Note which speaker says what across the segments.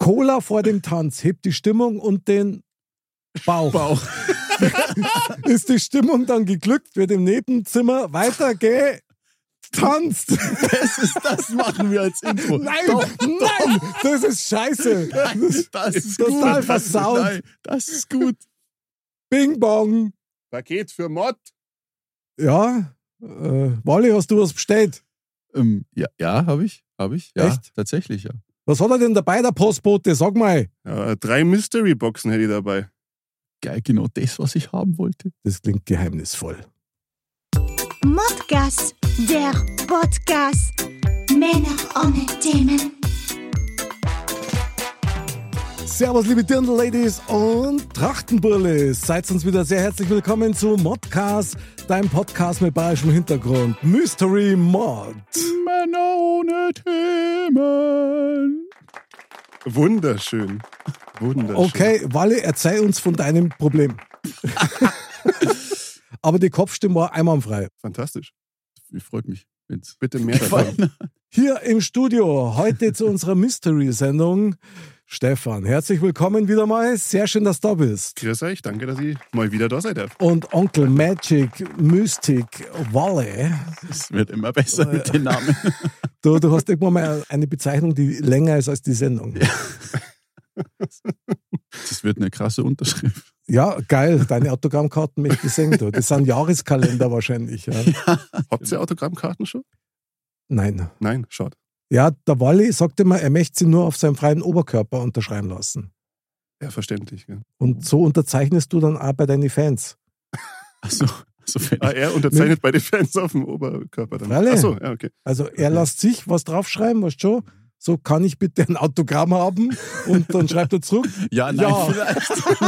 Speaker 1: Cola vor dem Tanz hebt die Stimmung und den Bauch. Ist die Stimmung dann geglückt, wird im Nebenzimmer weiter getanzt.
Speaker 2: Das, ist, das machen wir als Intro.
Speaker 1: Nein,
Speaker 2: Doch,
Speaker 1: nein, das ist scheiße. Das,
Speaker 2: das ist
Speaker 1: Das
Speaker 2: gut.
Speaker 1: ist einfach
Speaker 2: das, ist,
Speaker 1: Sound.
Speaker 2: nein, das ist gut.
Speaker 1: Bing Bong.
Speaker 3: Paket für Mod.
Speaker 1: Ja, äh, Wally, hast du was bestellt?
Speaker 2: Ähm, ja, ja habe ich. Habe ich. Ja,
Speaker 1: Echt?
Speaker 2: Tatsächlich, ja.
Speaker 1: Was hat er denn dabei, der Postbote? Sag mal.
Speaker 3: Ja, drei Mystery-Boxen hätte ich dabei.
Speaker 2: Geil, genau das, was ich haben wollte.
Speaker 1: Das klingt geheimnisvoll.
Speaker 4: Modcast, der Podcast. Männer ohne Themen.
Speaker 1: Servus, liebe Dirndl-Ladies und Trachtenburlis. Seid uns wieder sehr herzlich willkommen zu Modcast, deinem Podcast mit bayerischem Hintergrund. Mystery Mod.
Speaker 2: Männer ohne Themen.
Speaker 3: Wunderschön. Wunderschön.
Speaker 1: Okay, Walle, erzähl uns von deinem Problem. Aber die Kopfstimme war einwandfrei.
Speaker 3: Fantastisch.
Speaker 2: Ich freut mich, wenn's
Speaker 3: Bitte mehr davon.
Speaker 2: gefallen hat.
Speaker 1: Hier im Studio, heute zu unserer Mystery-Sendung. Stefan, herzlich willkommen wieder mal. Sehr schön, dass du da bist.
Speaker 3: Grüß euch, danke, dass ich mal wieder da sein darf.
Speaker 1: Und Onkel Magic, Mystic, Walle.
Speaker 2: Es wird immer besser mit den Namen.
Speaker 1: Du, du hast irgendwann mal eine Bezeichnung, die länger ist als die Sendung.
Speaker 2: Das wird eine krasse Unterschrift.
Speaker 1: Ja, geil. Deine Autogrammkarten mit gesehen. Du. Das sind Jahreskalender wahrscheinlich. Ja.
Speaker 3: Habt
Speaker 2: Genau.
Speaker 3: ihr Autogrammkarten schon?
Speaker 1: Nein.
Speaker 3: Nein, schade.
Speaker 1: Ja, der Wally sagte mal, er möchte sie nur auf seinem freien Oberkörper unterschreiben lassen.
Speaker 3: Ja, verständlich. Gell?
Speaker 2: Oh.
Speaker 1: Und so unterzeichnest du dann auch bei deinen Fans.
Speaker 2: Also, also wenn
Speaker 3: Ah,
Speaker 2: ich,
Speaker 3: er unterzeichnet bei den Fans auf dem Oberkörper dann.
Speaker 1: Alle.
Speaker 3: Achso, ja, okay.
Speaker 1: Also er lässt sich was draufschreiben, weißt du schon? So kann ich bitte ein Autogramm haben und dann schreibt er zurück.
Speaker 2: ja, nein,
Speaker 1: Ja.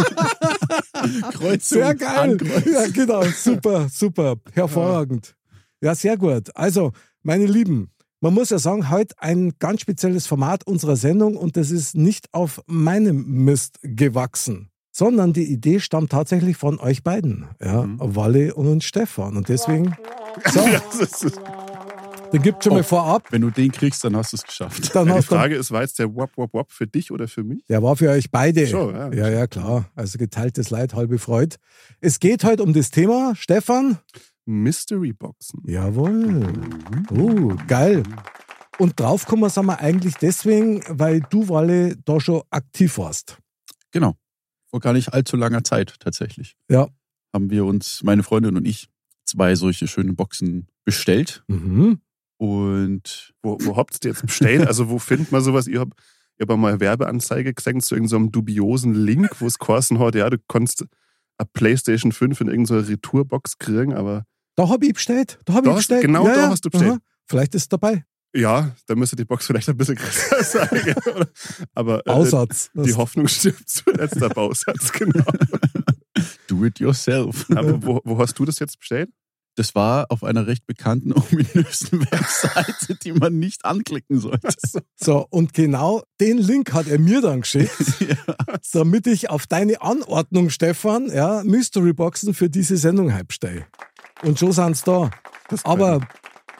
Speaker 2: vielleicht. Kreuzung,
Speaker 1: Sehr geil.
Speaker 2: Ankreuzung.
Speaker 1: Ja, genau. Super, super. Hervorragend. Ja, sehr gut. Also, meine Lieben, man muss ja sagen, heute ein ganz spezielles Format unserer Sendung und das ist nicht auf meinem Mist gewachsen, sondern die Idee stammt tatsächlich von euch beiden, ja,
Speaker 3: Mhm.
Speaker 1: Walle und Stefan. Und deswegen, so,
Speaker 3: Das ist, die
Speaker 1: den gibt schon mal vorab.
Speaker 2: Wenn du den kriegst, dann hast du es geschafft.
Speaker 1: Dann hast du,
Speaker 3: Oh. Frage ist, war jetzt der Wap Wap Wap für dich oder für mich?
Speaker 1: der war für euch beide.
Speaker 3: Schon, ja.
Speaker 1: ja, ja, klar. Also geteiltes Leid, halbe Freude. Es geht heute um das Thema, Stefan.
Speaker 3: Mystery-Boxen.
Speaker 1: Jawohl.
Speaker 3: Mhm.
Speaker 1: Uh, geil. Und draufkommen sind wir eigentlich deswegen, weil du, Walle, da schon aktiv warst.
Speaker 2: Genau. Vor gar nicht allzu langer Zeit tatsächlich.
Speaker 1: Ja.
Speaker 2: Haben wir uns, meine Freundin und ich, zwei solche schöne Boxen bestellt.
Speaker 1: Mhm.
Speaker 2: Und
Speaker 3: Wo, wo habt ihr jetzt bestellt? Also, wo findet man sowas? Ihr habt ich hab mal eine Werbeanzeige gesehen zu irgendeinem dubiosen Link, wo es geheißen hat, ja, du kannst eine Playstation 5 in irgendeiner Retourbox kriegen, aber
Speaker 1: Da habe ich bestellt. Da habe
Speaker 3: Da
Speaker 1: ich
Speaker 3: hast-
Speaker 1: bestellt.
Speaker 3: genau da hast du bestellt.
Speaker 1: Aha. Vielleicht ist dabei.
Speaker 3: ja, da müsste die Box vielleicht ein bisschen größer sein. ja, oder? aber äh,
Speaker 1: Aussatz.
Speaker 3: die Hoffnung stirbt zuletzt, der Bausatz, genau.
Speaker 2: do it yourself.
Speaker 3: Aber wo, wo hast du das jetzt bestellt?
Speaker 2: Das war auf einer recht bekannten, ominösen Webseite, die man nicht anklicken sollte.
Speaker 1: so, und genau den Link hat er mir dann geschickt, damit ich auf deine Anordnung, Stefan, ja, Mystery-Boxen für diese Sendung halb stelle. Und schon sind sie da.
Speaker 3: Das
Speaker 1: Aber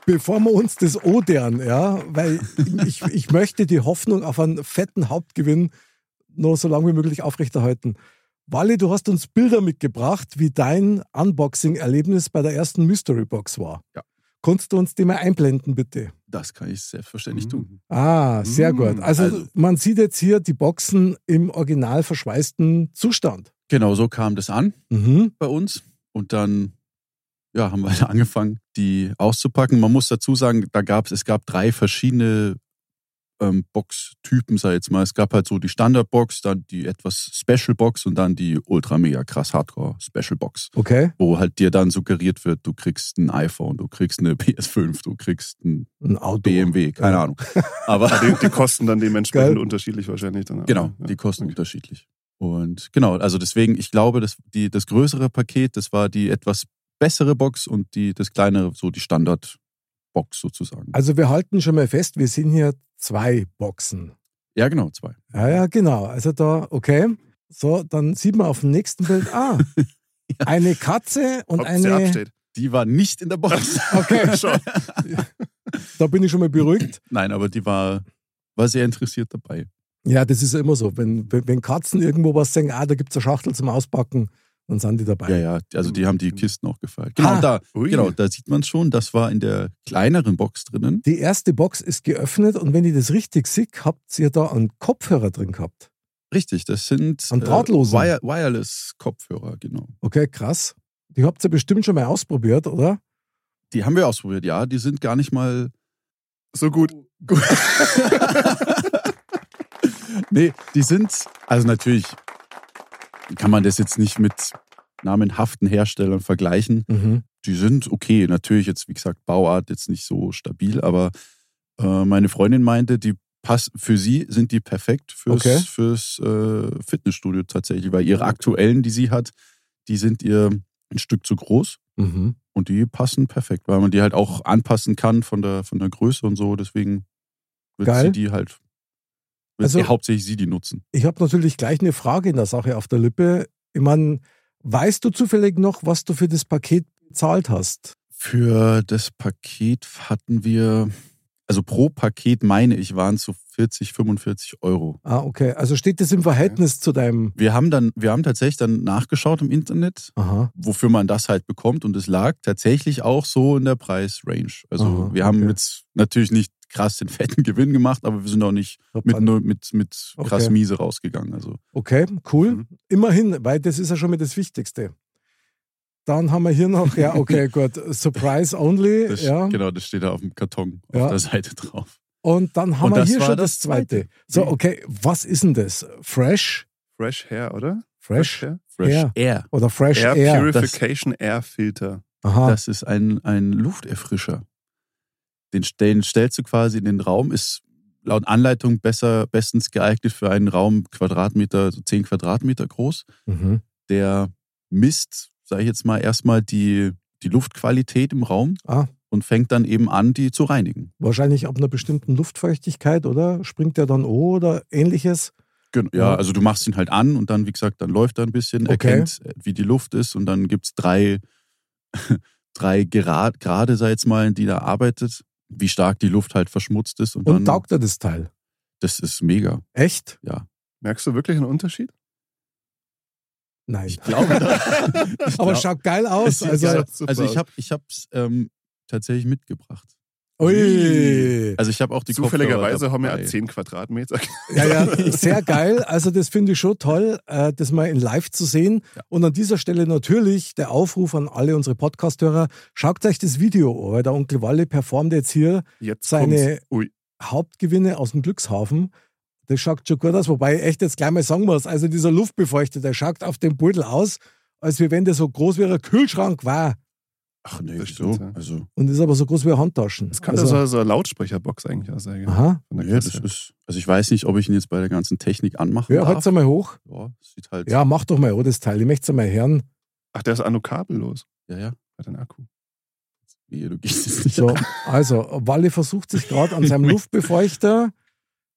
Speaker 1: bevor wir uns das odern, ja, weil ich, ich möchte die Hoffnung auf einen fetten Hauptgewinn noch so lange wie möglich aufrechterhalten. Wally, du hast uns Bilder mitgebracht, wie dein Unboxing-Erlebnis bei der ersten Mystery Box war.
Speaker 2: Ja.
Speaker 1: Kannst du uns die mal einblenden, bitte?
Speaker 2: Das kann ich selbstverständlich tun.
Speaker 1: Ah, sehr
Speaker 3: Mm,
Speaker 1: gut. Also,
Speaker 2: also-
Speaker 1: man sieht jetzt hier die Boxen im original verschweißten Zustand.
Speaker 2: Genau, so kam das an
Speaker 1: Mhm.
Speaker 2: bei uns. Und dann ja, haben wir halt da angefangen, die auszupacken. Man muss dazu sagen, da gab's, es gab drei verschiedene ähm, Box-Typen, sag ich jetzt mal. Es gab halt so die Standard-Box, dann die etwas Special-Box und dann die ultra-mega-krass-Hardcore-Special-Box,
Speaker 1: Okay.
Speaker 2: wo halt dir dann suggeriert wird, du kriegst ein iPhone, du kriegst eine PS5, du kriegst ein
Speaker 1: Ein Auto.
Speaker 2: BMW, keine
Speaker 1: Ja.
Speaker 2: Ahnung. Aber
Speaker 3: Die, die kosten dann dementsprechend
Speaker 1: Geil.
Speaker 3: unterschiedlich wahrscheinlich dann. ne?
Speaker 2: Genau,
Speaker 3: Ja.
Speaker 2: die kosten
Speaker 3: Okay.
Speaker 2: unterschiedlich. Und genau, also deswegen, ich glaube, das, die, das größere Paket, das war die etwas bessere Box und die, das kleinere, so die Standardbox sozusagen.
Speaker 1: Also wir halten schon mal fest, wir sind hier zwei Boxen.
Speaker 2: ja, genau, zwei.
Speaker 1: Ja, ja, genau. Also da, okay. So, dann sieht man auf dem nächsten Bild, ah, eine Katze und
Speaker 3: Ob sie
Speaker 1: eine.
Speaker 3: absteht.
Speaker 2: Die war nicht in der Box.
Speaker 1: Okay,
Speaker 3: Schon.
Speaker 1: da bin ich schon mal beruhigt.
Speaker 2: Nein, aber die war, war sehr interessiert dabei.
Speaker 1: Ja, das ist ja immer so. Wenn, wenn wenn Katzen irgendwo was sagen, ah, da gibt es eine Schachtel zum Auspacken, dann sind die dabei.
Speaker 2: Ja, ja, also die haben die Kisten auch gefallen. Genau,
Speaker 1: Ah.
Speaker 2: da,
Speaker 3: Ui.
Speaker 2: genau, da sieht man schon, das war in der kleineren Box drinnen.
Speaker 1: Die erste Box ist geöffnet und wenn ich das richtig sehe, habt ihr da einen Kopfhörer drin gehabt.
Speaker 2: Richtig, das sind äh,
Speaker 1: An drahtlosen.
Speaker 2: Wire, Wireless-Kopfhörer, genau.
Speaker 1: Okay, krass. Die habt ihr bestimmt schon mal ausprobiert, oder?
Speaker 2: Die haben wir ausprobiert, ja, die sind gar nicht mal
Speaker 3: So gut.
Speaker 2: Gut. nee, die sind, also natürlich kann man das jetzt nicht mit namenhaften Herstellern vergleichen.
Speaker 1: Mhm.
Speaker 2: Die sind okay, natürlich jetzt, wie gesagt, Bauart jetzt nicht so stabil, aber äh, meine Freundin meinte, die pass für sie sind die perfekt fürs,
Speaker 1: Okay.
Speaker 2: fürs äh, Fitnessstudio tatsächlich, weil ihre aktuellen, die sie hat, die sind ihr ein Stück zu groß.
Speaker 1: Mhm.
Speaker 2: Und die passen perfekt, weil man die halt auch anpassen kann von der, von der Größe und so. Deswegen wird
Speaker 1: Geil.
Speaker 2: sie die halt, wird
Speaker 1: Also-
Speaker 2: sie, hauptsächlich sie die nutzen.
Speaker 1: Ich habe natürlich gleich eine Frage in der Sache auf der Lippe. Ich meine, weißt du zufällig noch, was du für das Paket bezahlt hast?
Speaker 2: Für das Paket hatten wir, also pro Paket meine ich, waren es so 40, 45 Euro.
Speaker 1: Ah, okay. Also steht das im Verhältnis zu deinem.
Speaker 2: Wir haben dann, wir haben tatsächlich dann nachgeschaut im Internet,
Speaker 1: Aha.
Speaker 2: wofür man das halt bekommt und es lag tatsächlich auch so in der Preisrange. Also
Speaker 1: Aha,
Speaker 2: wir haben
Speaker 1: okay.
Speaker 2: jetzt natürlich nicht krass den fetten Gewinn gemacht, aber wir sind auch nicht
Speaker 1: Hab
Speaker 2: mit,
Speaker 1: an-
Speaker 2: null- mit, mit krass
Speaker 1: Okay.
Speaker 2: miese rausgegangen. Also
Speaker 1: Okay, cool.
Speaker 3: Mhm.
Speaker 1: Immerhin, weil das ist ja schon mal das Wichtigste. Dann haben wir hier noch, ja, okay, gut, Surprise Only,
Speaker 2: Das,
Speaker 1: ja.
Speaker 2: Genau, das steht da auf dem Karton auf
Speaker 1: Ja.
Speaker 2: der Seite drauf.
Speaker 1: Und dann haben
Speaker 2: Und
Speaker 1: wir
Speaker 2: das
Speaker 1: hier
Speaker 2: war
Speaker 1: schon
Speaker 2: das
Speaker 1: das zweite. So,
Speaker 2: Mhm.
Speaker 1: okay, was ist denn das? Fresh?
Speaker 3: Fresh Hair, oder?
Speaker 1: Fresh?
Speaker 3: Hair?
Speaker 2: Fresh
Speaker 1: Air.
Speaker 2: Air.
Speaker 1: Oder Fresh
Speaker 3: Air
Speaker 1: Air?
Speaker 3: Purification Air Filter.
Speaker 1: Aha.
Speaker 2: Das ist ein, ein Lufterfrischer. Den, den stellst du quasi in den Raum, ist laut Anleitung besser, bestens geeignet für einen Raum Quadratmeter, so 10 Quadratmeter groß.
Speaker 1: mhm.
Speaker 2: Der misst, sage ich jetzt mal, erstmal die, die Luftqualität im Raum
Speaker 1: Ah.
Speaker 2: und fängt dann eben an, die zu reinigen.
Speaker 1: Wahrscheinlich ab einer bestimmten Luftfeuchtigkeit, oder? Springt der dann O oder ähnliches?
Speaker 2: Genau.
Speaker 1: Ja.
Speaker 2: Ja, also du machst ihn halt an und dann, wie gesagt, dann läuft er ein bisschen,
Speaker 1: Okay.
Speaker 2: erkennt, wie die Luft ist und dann gibt es drei, drei Gerad, Grade, sei jetzt mal, die da arbeitet, wie stark die Luft halt verschmutzt ist. Und,
Speaker 1: Und
Speaker 2: dann,
Speaker 1: taugt er das Teil?
Speaker 2: das ist mega.
Speaker 1: Echt?
Speaker 3: Merkst du wirklich einen Unterschied?
Speaker 1: Nein.
Speaker 2: glaube,
Speaker 1: Aber schaut geil aus.
Speaker 2: sieht
Speaker 1: Also,
Speaker 2: geil
Speaker 3: super
Speaker 2: also ich habe ich hab's, ähm, tatsächlich mitgebracht.
Speaker 1: ui.
Speaker 2: Also ich habe auch die
Speaker 3: Zufälligerweise
Speaker 2: Kopfhörer
Speaker 3: haben wir
Speaker 2: dabei.
Speaker 3: ja 10 Quadratmeter.
Speaker 1: Ja, ja, sehr geil. Also das finde ich schon toll, äh, das mal in live zu sehen.
Speaker 2: Ja.
Speaker 1: Und an dieser Stelle natürlich der Aufruf an alle unsere Podcast-Hörer, schaut euch das Video an, weil der Onkel Walle performt jetzt hier
Speaker 3: Jetzt
Speaker 1: Seine-
Speaker 3: kommt's. Ui.
Speaker 1: Hauptgewinne aus dem Glückshafen. Das schaut schon gut aus, wobei ich echt jetzt gleich mal sagen muss, also dieser Luftbefeuchter, der schaut auf dem Beutel aus, als wie wenn der so groß wie ein Kühlschrank war.
Speaker 2: Ach nee,
Speaker 3: Das
Speaker 2: wieso?
Speaker 3: stimmt, ja.
Speaker 2: Also,
Speaker 1: Und ist aber so groß wie eine Handtaschen.
Speaker 3: Das kann also, so, so eine Lautsprecherbox eigentlich auch sein. gell?
Speaker 1: aha.
Speaker 3: Von der
Speaker 2: nee, das
Speaker 3: Kasse.
Speaker 2: ist, also ich weiß nicht, ob ich ihn jetzt bei der ganzen Technik anmachen
Speaker 1: Ja, halt's
Speaker 2: darf.
Speaker 1: einmal hoch.
Speaker 2: Ja, sieht halt,
Speaker 1: Ja, mach doch mal oh, das Teil. Ich möchte es einmal hören.
Speaker 3: Ach, der ist auch nur kabellos.
Speaker 2: ja, ja.
Speaker 3: Hat einen Akku.
Speaker 2: Wehe, du gehst jetzt nicht
Speaker 1: So, also, Walle versucht sich gerade an seinem Luftbefeuchter.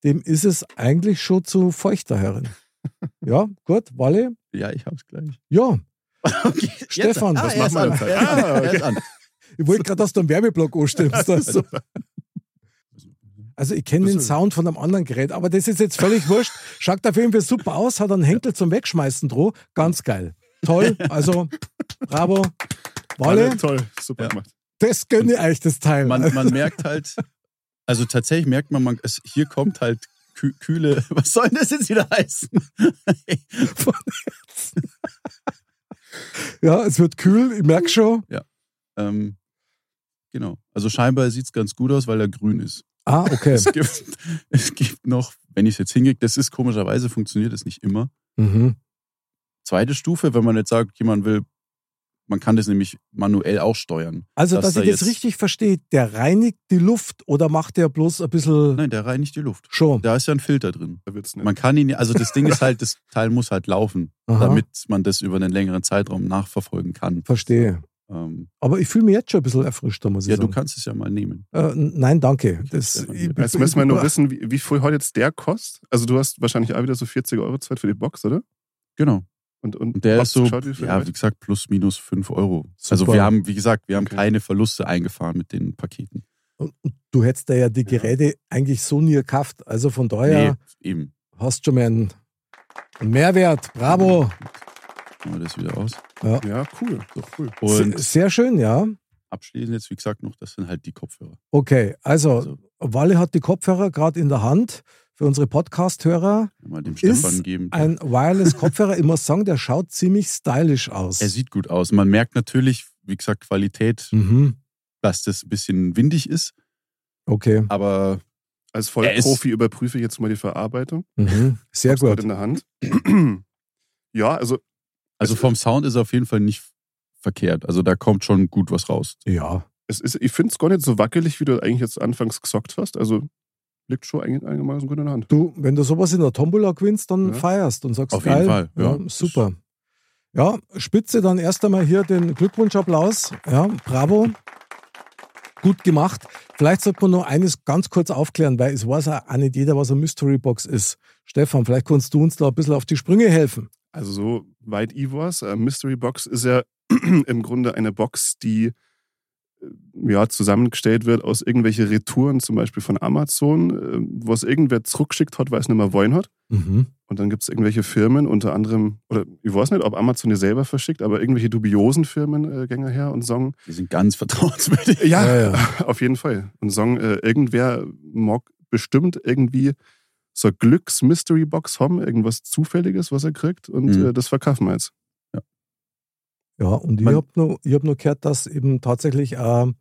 Speaker 1: Dem ist es eigentlich schon zu feuchter, Herrin. Ja, gut, Walle.
Speaker 2: Ja, ich hab's gleich.
Speaker 1: Ja,
Speaker 2: Okay,
Speaker 1: Stefan,
Speaker 2: jetzt,
Speaker 1: was
Speaker 2: er ist
Speaker 3: machen wir
Speaker 2: an, er ist an,
Speaker 3: denn? Ah,
Speaker 2: er ist an.
Speaker 1: ich wollte gerade, dass du einen Werbeblock anstimmst. Also, also ich kenne den Sound von einem anderen Gerät, aber das ist jetzt völlig wurscht. Schaut auf jeden Fall super aus, hat einen Henkel zum Wegschmeißen droh. Ganz geil. Toll, also, bravo. Walle,
Speaker 3: Alle, toll, super
Speaker 2: Ja.
Speaker 3: gemacht.
Speaker 1: das gönne ich euch, das Teil.
Speaker 2: Man, man merkt halt, also tatsächlich merkt man, man es, hier kommt halt kü kühle, was soll denn das jetzt wieder heißen?
Speaker 1: Ja, es wird kühl, ich merke schon.
Speaker 2: ähm, genau, also scheinbar sieht's ganz gut aus, weil er grün ist.
Speaker 1: Ah, okay.
Speaker 2: Es gibt, es gibt noch, wenn ich es jetzt hinkriege, das ist komischerweise funktioniert es nicht immer.
Speaker 1: Mhm.
Speaker 2: Zweite Stufe, wenn man jetzt sagt, jemand will, man kann das nämlich manuell auch steuern.
Speaker 1: Also,
Speaker 2: Dass
Speaker 1: dass,
Speaker 2: da
Speaker 1: ich das
Speaker 2: jetzt-
Speaker 1: richtig verstehe, der reinigt die Luft oder macht der bloß ein bisschen
Speaker 2: Nein, der reinigt die Luft.
Speaker 1: schon?
Speaker 2: Da ist ja ein Filter drin.
Speaker 3: Da wird's nicht.
Speaker 2: Man kann ihn, ja- also das Ding ist halt, das Teil muss halt laufen,
Speaker 1: Aha.
Speaker 2: damit man das über einen längeren Zeitraum nachverfolgen kann.
Speaker 1: Verstehe.
Speaker 2: Ähm,
Speaker 1: Aber ich fühle mich jetzt schon ein bisschen erfrischter, muss ich
Speaker 2: ja, du
Speaker 1: sagen.
Speaker 2: kannst es ja mal nehmen.
Speaker 1: äh, n- nein, danke. Das,
Speaker 2: Ja,
Speaker 1: ich-
Speaker 3: Jetzt Also, müssen wir nur wissen, wie, wie viel heute jetzt der kostet. Also du hast wahrscheinlich auch wieder so 40 Euro Zeit für die Box, oder?
Speaker 2: Genau.
Speaker 3: Und,
Speaker 2: Und der ist
Speaker 3: hast du
Speaker 2: so,
Speaker 3: geschaut, wie viel
Speaker 2: ja,
Speaker 3: heute-
Speaker 2: wie gesagt, plus minus 5 Euro.
Speaker 1: Super.
Speaker 2: Also wir haben, wie gesagt, wir haben
Speaker 3: Okay.
Speaker 2: keine Verluste eingefahren mit den Paketen.
Speaker 1: Und, und du hättest da ja die Geräte eigentlich so nie gekauft. Also von daher
Speaker 2: Nee, eben.
Speaker 1: hast du schon mal einen einen Mehrwert. Bravo.
Speaker 2: Genau. Mhm. Machen wir das wieder aus.
Speaker 3: ja, cool. So cool.
Speaker 2: Und
Speaker 1: Se- Sehr schön, ja.
Speaker 2: abschließend jetzt, wie gesagt, noch, das sind halt die Kopfhörer.
Speaker 1: Okay, also
Speaker 2: Also.
Speaker 1: Walle hat die Kopfhörer gerade in der Hand. Für unsere Podcast-Hörer
Speaker 2: Mal dem
Speaker 1: Ist
Speaker 2: Stefan geben. der-
Speaker 1: ein Wireless-Kopfhörer. ich muss sagen, der schaut ziemlich stylisch aus.
Speaker 2: er sieht gut aus. Man merkt natürlich, wie gesagt, Qualität,
Speaker 1: mhm.
Speaker 2: dass das ein bisschen windig ist,
Speaker 1: Okay,
Speaker 2: aber
Speaker 3: Als
Speaker 2: Er ist-
Speaker 3: Vollprofi überprüfe ich jetzt mal die Verarbeitung.
Speaker 1: mhm. sehr
Speaker 3: Hab's grad
Speaker 1: gut.
Speaker 3: in der Hand. ja, also
Speaker 2: also vom Sound ist er auf jeden Fall nicht verkehrt. Also da kommt schon gut was raus.
Speaker 1: Ja,
Speaker 3: es ist, ich finde es gar nicht so wackelig, wie du eigentlich jetzt anfangs gesagt hast. Also liegt schon eigentlich einigermaßen gut in der Hand.
Speaker 1: du, wenn du sowas in der Tombola gewinnst, dann
Speaker 3: Ja.
Speaker 1: feierst und sagst
Speaker 2: Auf
Speaker 1: geil.
Speaker 2: jeden Fall, ja.
Speaker 1: super. Ja, spitze dann erst einmal hier den Glückwunschapplaus. Ja, bravo. Gut gemacht. Vielleicht sollte man nur eines ganz kurz aufklären, weil es weiß auch nicht jeder, was eine Mystery Box ist. Stefan, vielleicht kannst du uns da ein bisschen auf die Sprünge helfen.
Speaker 3: Also so weit ich weiß, äh, Mystery Box ist ja im Grunde eine Box, die äh, ja, zusammengestellt wird aus irgendwelchen Retouren, zum Beispiel von Amazon, äh, was irgendwer zurückgeschickt hat, weil es nicht mehr wollen hat.
Speaker 1: Mhm.
Speaker 3: Und dann gibt es irgendwelche Firmen, unter anderem, oder ich weiß nicht, ob Amazon die selber verschickt, aber irgendwelche dubiosen Firmen äh, gängen her und sagen,
Speaker 2: Die sind ganz vertrauenswürdig.
Speaker 3: ja,
Speaker 1: Ja,
Speaker 3: auf jeden Fall. Und sagen, äh, irgendwer mag bestimmt irgendwie so eine Glücks-Mystery-Box haben, irgendwas Zufälliges, was er kriegt, und
Speaker 2: Mhm.
Speaker 3: äh, das verkaufen wir jetzt.
Speaker 1: Ja, und ich
Speaker 2: Man-
Speaker 1: habe noch, ich hab noch gehört, dass eben tatsächlich äh,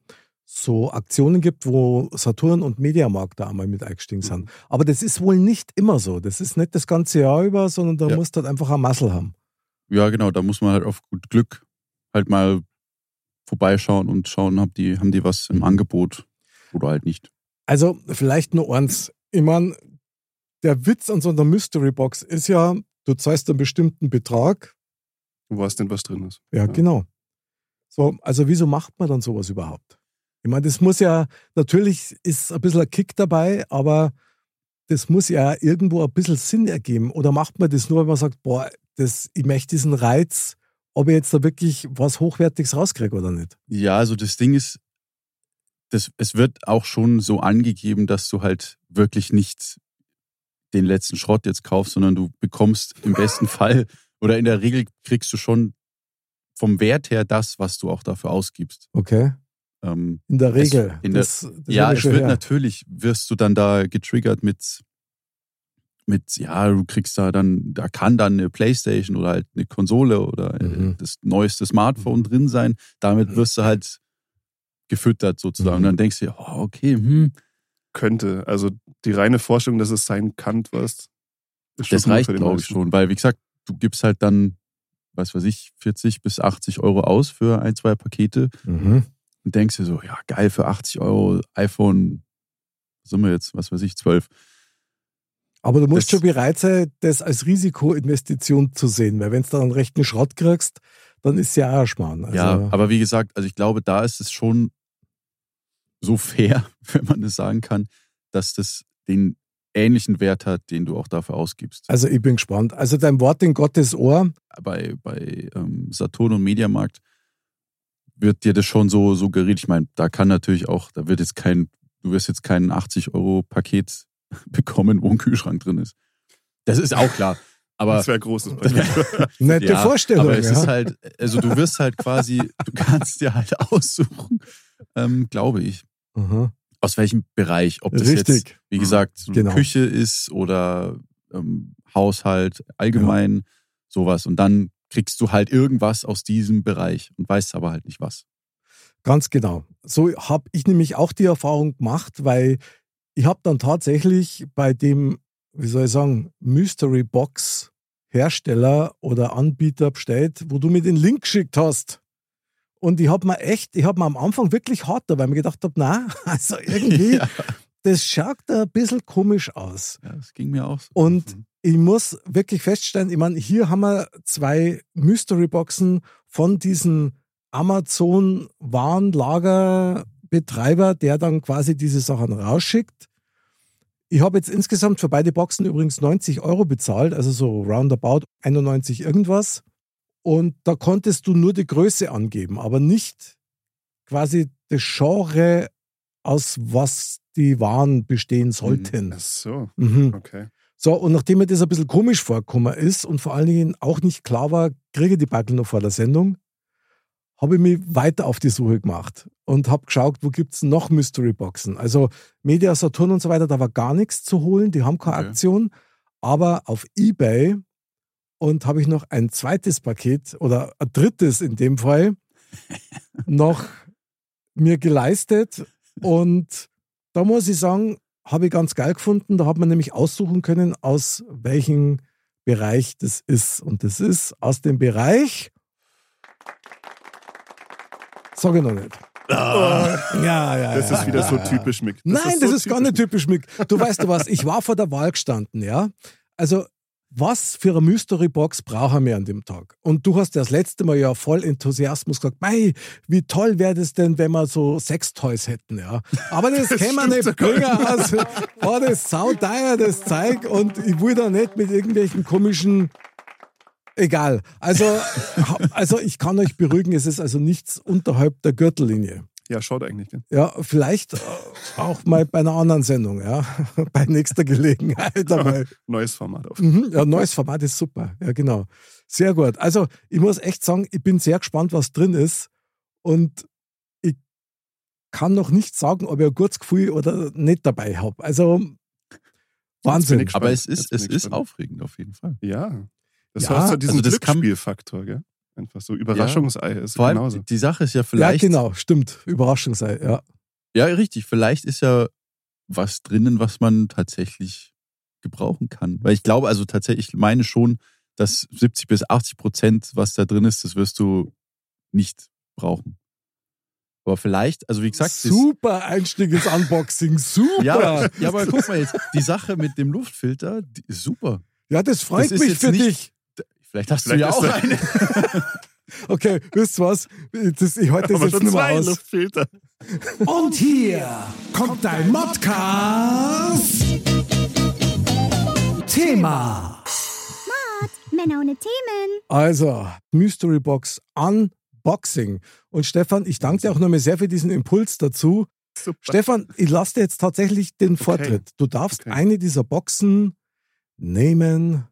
Speaker 1: so Aktionen gibt, wo Saturn und Mediamarkt da einmal mit eingestiegen sind.
Speaker 2: Mhm.
Speaker 1: Aber das ist wohl nicht immer so. Das ist nicht das ganze Jahr über, sondern da
Speaker 2: Ja.
Speaker 1: musst du halt einfach ein Muscle haben.
Speaker 2: Ja, genau, da muss man halt auf gut Glück halt mal vorbeischauen und schauen, haben die, haben die was im Angebot oder halt nicht.
Speaker 1: Also vielleicht nur eins. Ich meine, der Witz an so einer Mystery Box ist ja, du zahlst einen bestimmten Betrag.
Speaker 3: Du weißt nicht, was drin ist.
Speaker 1: Ja, genau. So, also wieso macht man dann sowas überhaupt? Ich meine, das muss ja, natürlich ist ein bisschen ein Kick dabei, aber das muss ja irgendwo ein bisschen Sinn ergeben. Oder macht man das nur, wenn man sagt, boah, das, ich möchte diesen Reiz, ob ich jetzt da wirklich was Hochwertiges rauskriege oder nicht?
Speaker 2: Ja, also das Ding ist, das, es wird auch schon so angegeben, dass du halt wirklich nicht den letzten Schrott jetzt kaufst, sondern du bekommst im besten Fall oder in der Regel kriegst du schon vom Wert her das, was du auch dafür ausgibst.
Speaker 1: Okay.
Speaker 2: Ähm,
Speaker 1: In der Regel.
Speaker 2: in der-
Speaker 1: das, das
Speaker 2: ja,
Speaker 1: hab ich
Speaker 2: es
Speaker 1: schon
Speaker 2: wird
Speaker 1: her.
Speaker 2: natürlich, wirst du dann da getriggert mit, mit, ja, du kriegst da dann, da kann dann eine Playstation oder halt eine Konsole oder äh,
Speaker 1: Mhm.
Speaker 2: das neueste Smartphone drin sein. Damit wirst du halt gefüttert sozusagen.
Speaker 1: Mhm.
Speaker 2: Und dann denkst du, dir, oh, okay, hm,
Speaker 3: Könnte. Also die reine Vorstellung, dass es sein kann, was. ist schon
Speaker 2: das
Speaker 3: genug
Speaker 2: reicht,
Speaker 3: für den
Speaker 2: glaube ich,
Speaker 3: meisten.
Speaker 2: schon. Weil, wie gesagt, du gibst halt dann, was weiß ich, 40 bis 80 Euro aus für ein, zwei Pakete
Speaker 1: Mhm.
Speaker 2: und denkst dir so, ja, geil, für 80 Euro iPhone, was sind wir jetzt, was weiß ich, 12.
Speaker 1: Aber du musst
Speaker 2: Das-
Speaker 1: schon bereit sein, das als Risikoinvestition zu sehen, weil wenn du dann einen rechten Schrott kriegst, dann ist ja auch ein Schmarrn. Also,
Speaker 2: ja, aber wie gesagt, also ich glaube, da ist es schon so fair, wenn man es sagen kann, dass das den ähnlichen Wert hat, den du auch dafür ausgibst.
Speaker 1: Also ich bin gespannt. Also dein Wort in Gottes Ohr.
Speaker 2: bei bei ähm, Saturn und Mediamarkt wird dir das schon so so geredet. Ich meine, da kann natürlich auch, da wird jetzt kein, du wirst jetzt kein 80 Euro Paket bekommen, wo ein Kühlschrank drin ist. Das ist auch klar. Aber
Speaker 3: Das wäre großes
Speaker 2: Das wär-
Speaker 1: Nette
Speaker 2: Ja,
Speaker 1: Vorstellung.
Speaker 2: Aber es
Speaker 1: ja.
Speaker 2: ist halt, also du wirst halt quasi, du kannst dir halt aussuchen, ähm, glaube ich,
Speaker 1: Aha.
Speaker 2: aus welchem Bereich, ob das jetzt,
Speaker 1: Richtig.
Speaker 3: Mhm.
Speaker 2: wie gesagt,
Speaker 1: Genau.
Speaker 2: Küche ist oder ähm, Haushalt allgemein, sowas. Und dann kriegst du halt irgendwas aus diesem Bereich und weißt aber halt nicht was.
Speaker 1: Ganz genau. So habe ich nämlich auch die Erfahrung gemacht, weil ich habe dann tatsächlich bei dem, wie soll ich sagen, Mystery Box Hersteller oder Anbieter bestellt, wo du mir den Link geschickt hast. Und ich habe mir echt, ich habe mir am Anfang wirklich hart da, weil ich mir gedacht habe, na, also irgendwie,
Speaker 2: Ja,
Speaker 1: das schaut da ein bisschen komisch aus.
Speaker 2: ja, das ging mir auch so.
Speaker 1: Und
Speaker 3: Mhm.
Speaker 1: ich muss wirklich feststellen, ich meine, hier haben wir zwei Mystery-Boxen von diesem Amazon-Warenlagerbetreiber, der dann quasi diese Sachen rausschickt. Ich habe jetzt insgesamt für beide Boxen übrigens 90 Euro bezahlt, also so roundabout 91 irgendwas. Und da konntest du nur die Größe angeben, aber nicht quasi das Genre, aus was die Waren bestehen sollten.
Speaker 3: Ach so,
Speaker 1: Mhm.
Speaker 3: okay.
Speaker 1: So, und nachdem mir das ein bisschen komisch vorgekommen ist und vor allen Dingen auch nicht klar war, kriege ich die Backel noch vor der Sendung, habe ich mich weiter auf die Suche gemacht und habe geschaut, wo gibt es noch Mystery-Boxen. Also Media Saturn und so weiter, da war gar nichts zu holen, die haben keine
Speaker 2: Okay.
Speaker 1: Aktion. Aber auf Ebay und habe ich noch ein zweites Paket oder ein drittes in dem Fall noch mir geleistet. Und da muss ich sagen, habe ich ganz geil gefunden. Da hat man nämlich aussuchen können, aus welchem Bereich das ist. Und das ist aus dem Bereich. Sag ich noch nicht. Ja, ja,
Speaker 3: Ah. Das
Speaker 1: ja,
Speaker 3: ist wieder
Speaker 1: ja,
Speaker 3: so
Speaker 1: ja.
Speaker 3: typisch Mick.
Speaker 1: Nein,
Speaker 3: so
Speaker 1: das ist gar nicht typisch Mick. Du weißt du was, ich war vor der Wahl gestanden, ja. Also, was für eine Mystery Box brauchen wir an dem Tag? Und du hast ja das letzte Mal ja voll Enthusiasmus gesagt, mei, wie toll wäre das denn, wenn wir so sechs Toys hätten, ja. Aber das, können wir nicht bringen. Also, war das sauteuer, das Zeug. Und ich will da nicht mit irgendwelchen komischen Egal. Also, also ich kann euch beruhigen, es ist also nichts unterhalb der Gürtellinie.
Speaker 3: Ja, schaut eigentlich. gell?
Speaker 1: Ja, vielleicht äh, auch mal bei einer anderen Sendung, ja. Bei nächster Gelegenheit einmal.
Speaker 3: Neues Format auf.
Speaker 1: Mhm, ja, neues Format ist super. Ja, genau. Sehr gut. Also, ich muss echt sagen, ich bin sehr gespannt, was drin ist. Und ich kann noch nicht sagen, ob ich ein gutes Gefühl oder nicht dabei habe. Also,
Speaker 3: bin
Speaker 1: Wahnsinn.
Speaker 3: ich
Speaker 2: Aber
Speaker 3: gespannt.
Speaker 2: es ist,
Speaker 3: Jetzt bin
Speaker 2: es
Speaker 3: ich
Speaker 2: ist
Speaker 3: gespannt.
Speaker 2: aufregend auf jeden Fall.
Speaker 3: Ja. Das
Speaker 1: Ja,
Speaker 3: hast du diesen
Speaker 2: also das kann-
Speaker 3: Glücksspielfaktor, gell? Einfach so Überraschungsei ist
Speaker 2: Vor allem,
Speaker 3: genauso.
Speaker 2: die Sache ist ja
Speaker 1: Ja,
Speaker 2: vielleicht.
Speaker 1: genau, stimmt. Überraschung sei, ja.
Speaker 2: Ja, richtig. Vielleicht ist ja was drinnen, was man tatsächlich gebrauchen kann. Weil ich glaube, also tatsächlich, ich meine schon, dass 70 bis 80 Prozent, was da drin ist, das wirst du nicht brauchen. Aber vielleicht, also wie gesagt, das-
Speaker 1: super Einstieg ins Unboxing, super.
Speaker 2: ja, aber, ja, aber guck mal jetzt, die Sache mit dem Luftfilter, die, ist super.
Speaker 1: Ja, das freut
Speaker 2: Das ist
Speaker 1: mich
Speaker 2: jetzt
Speaker 1: für
Speaker 2: nicht-
Speaker 1: dich.
Speaker 2: Vielleicht hast du
Speaker 3: Vielleicht
Speaker 2: ja
Speaker 3: ist
Speaker 2: auch
Speaker 3: da-
Speaker 2: eine.
Speaker 1: Okay, wisst ihr was? Das, ich heute das
Speaker 3: Aber
Speaker 1: jetzt
Speaker 3: schon
Speaker 1: nicht mehr
Speaker 3: zwei
Speaker 1: aus.
Speaker 3: Luftfilter.
Speaker 1: Und hier kommt dein Modcast. Thema.
Speaker 4: Männer ohne Themen.
Speaker 1: Also, Mystery Box Unboxing. Und Stefan, ich danke dir auch nochmal sehr für diesen Impuls dazu.
Speaker 3: Super.
Speaker 1: Stefan, ich lasse dir jetzt tatsächlich den Vortritt. Du darfst
Speaker 3: Okay.
Speaker 1: eine dieser Boxen nehmen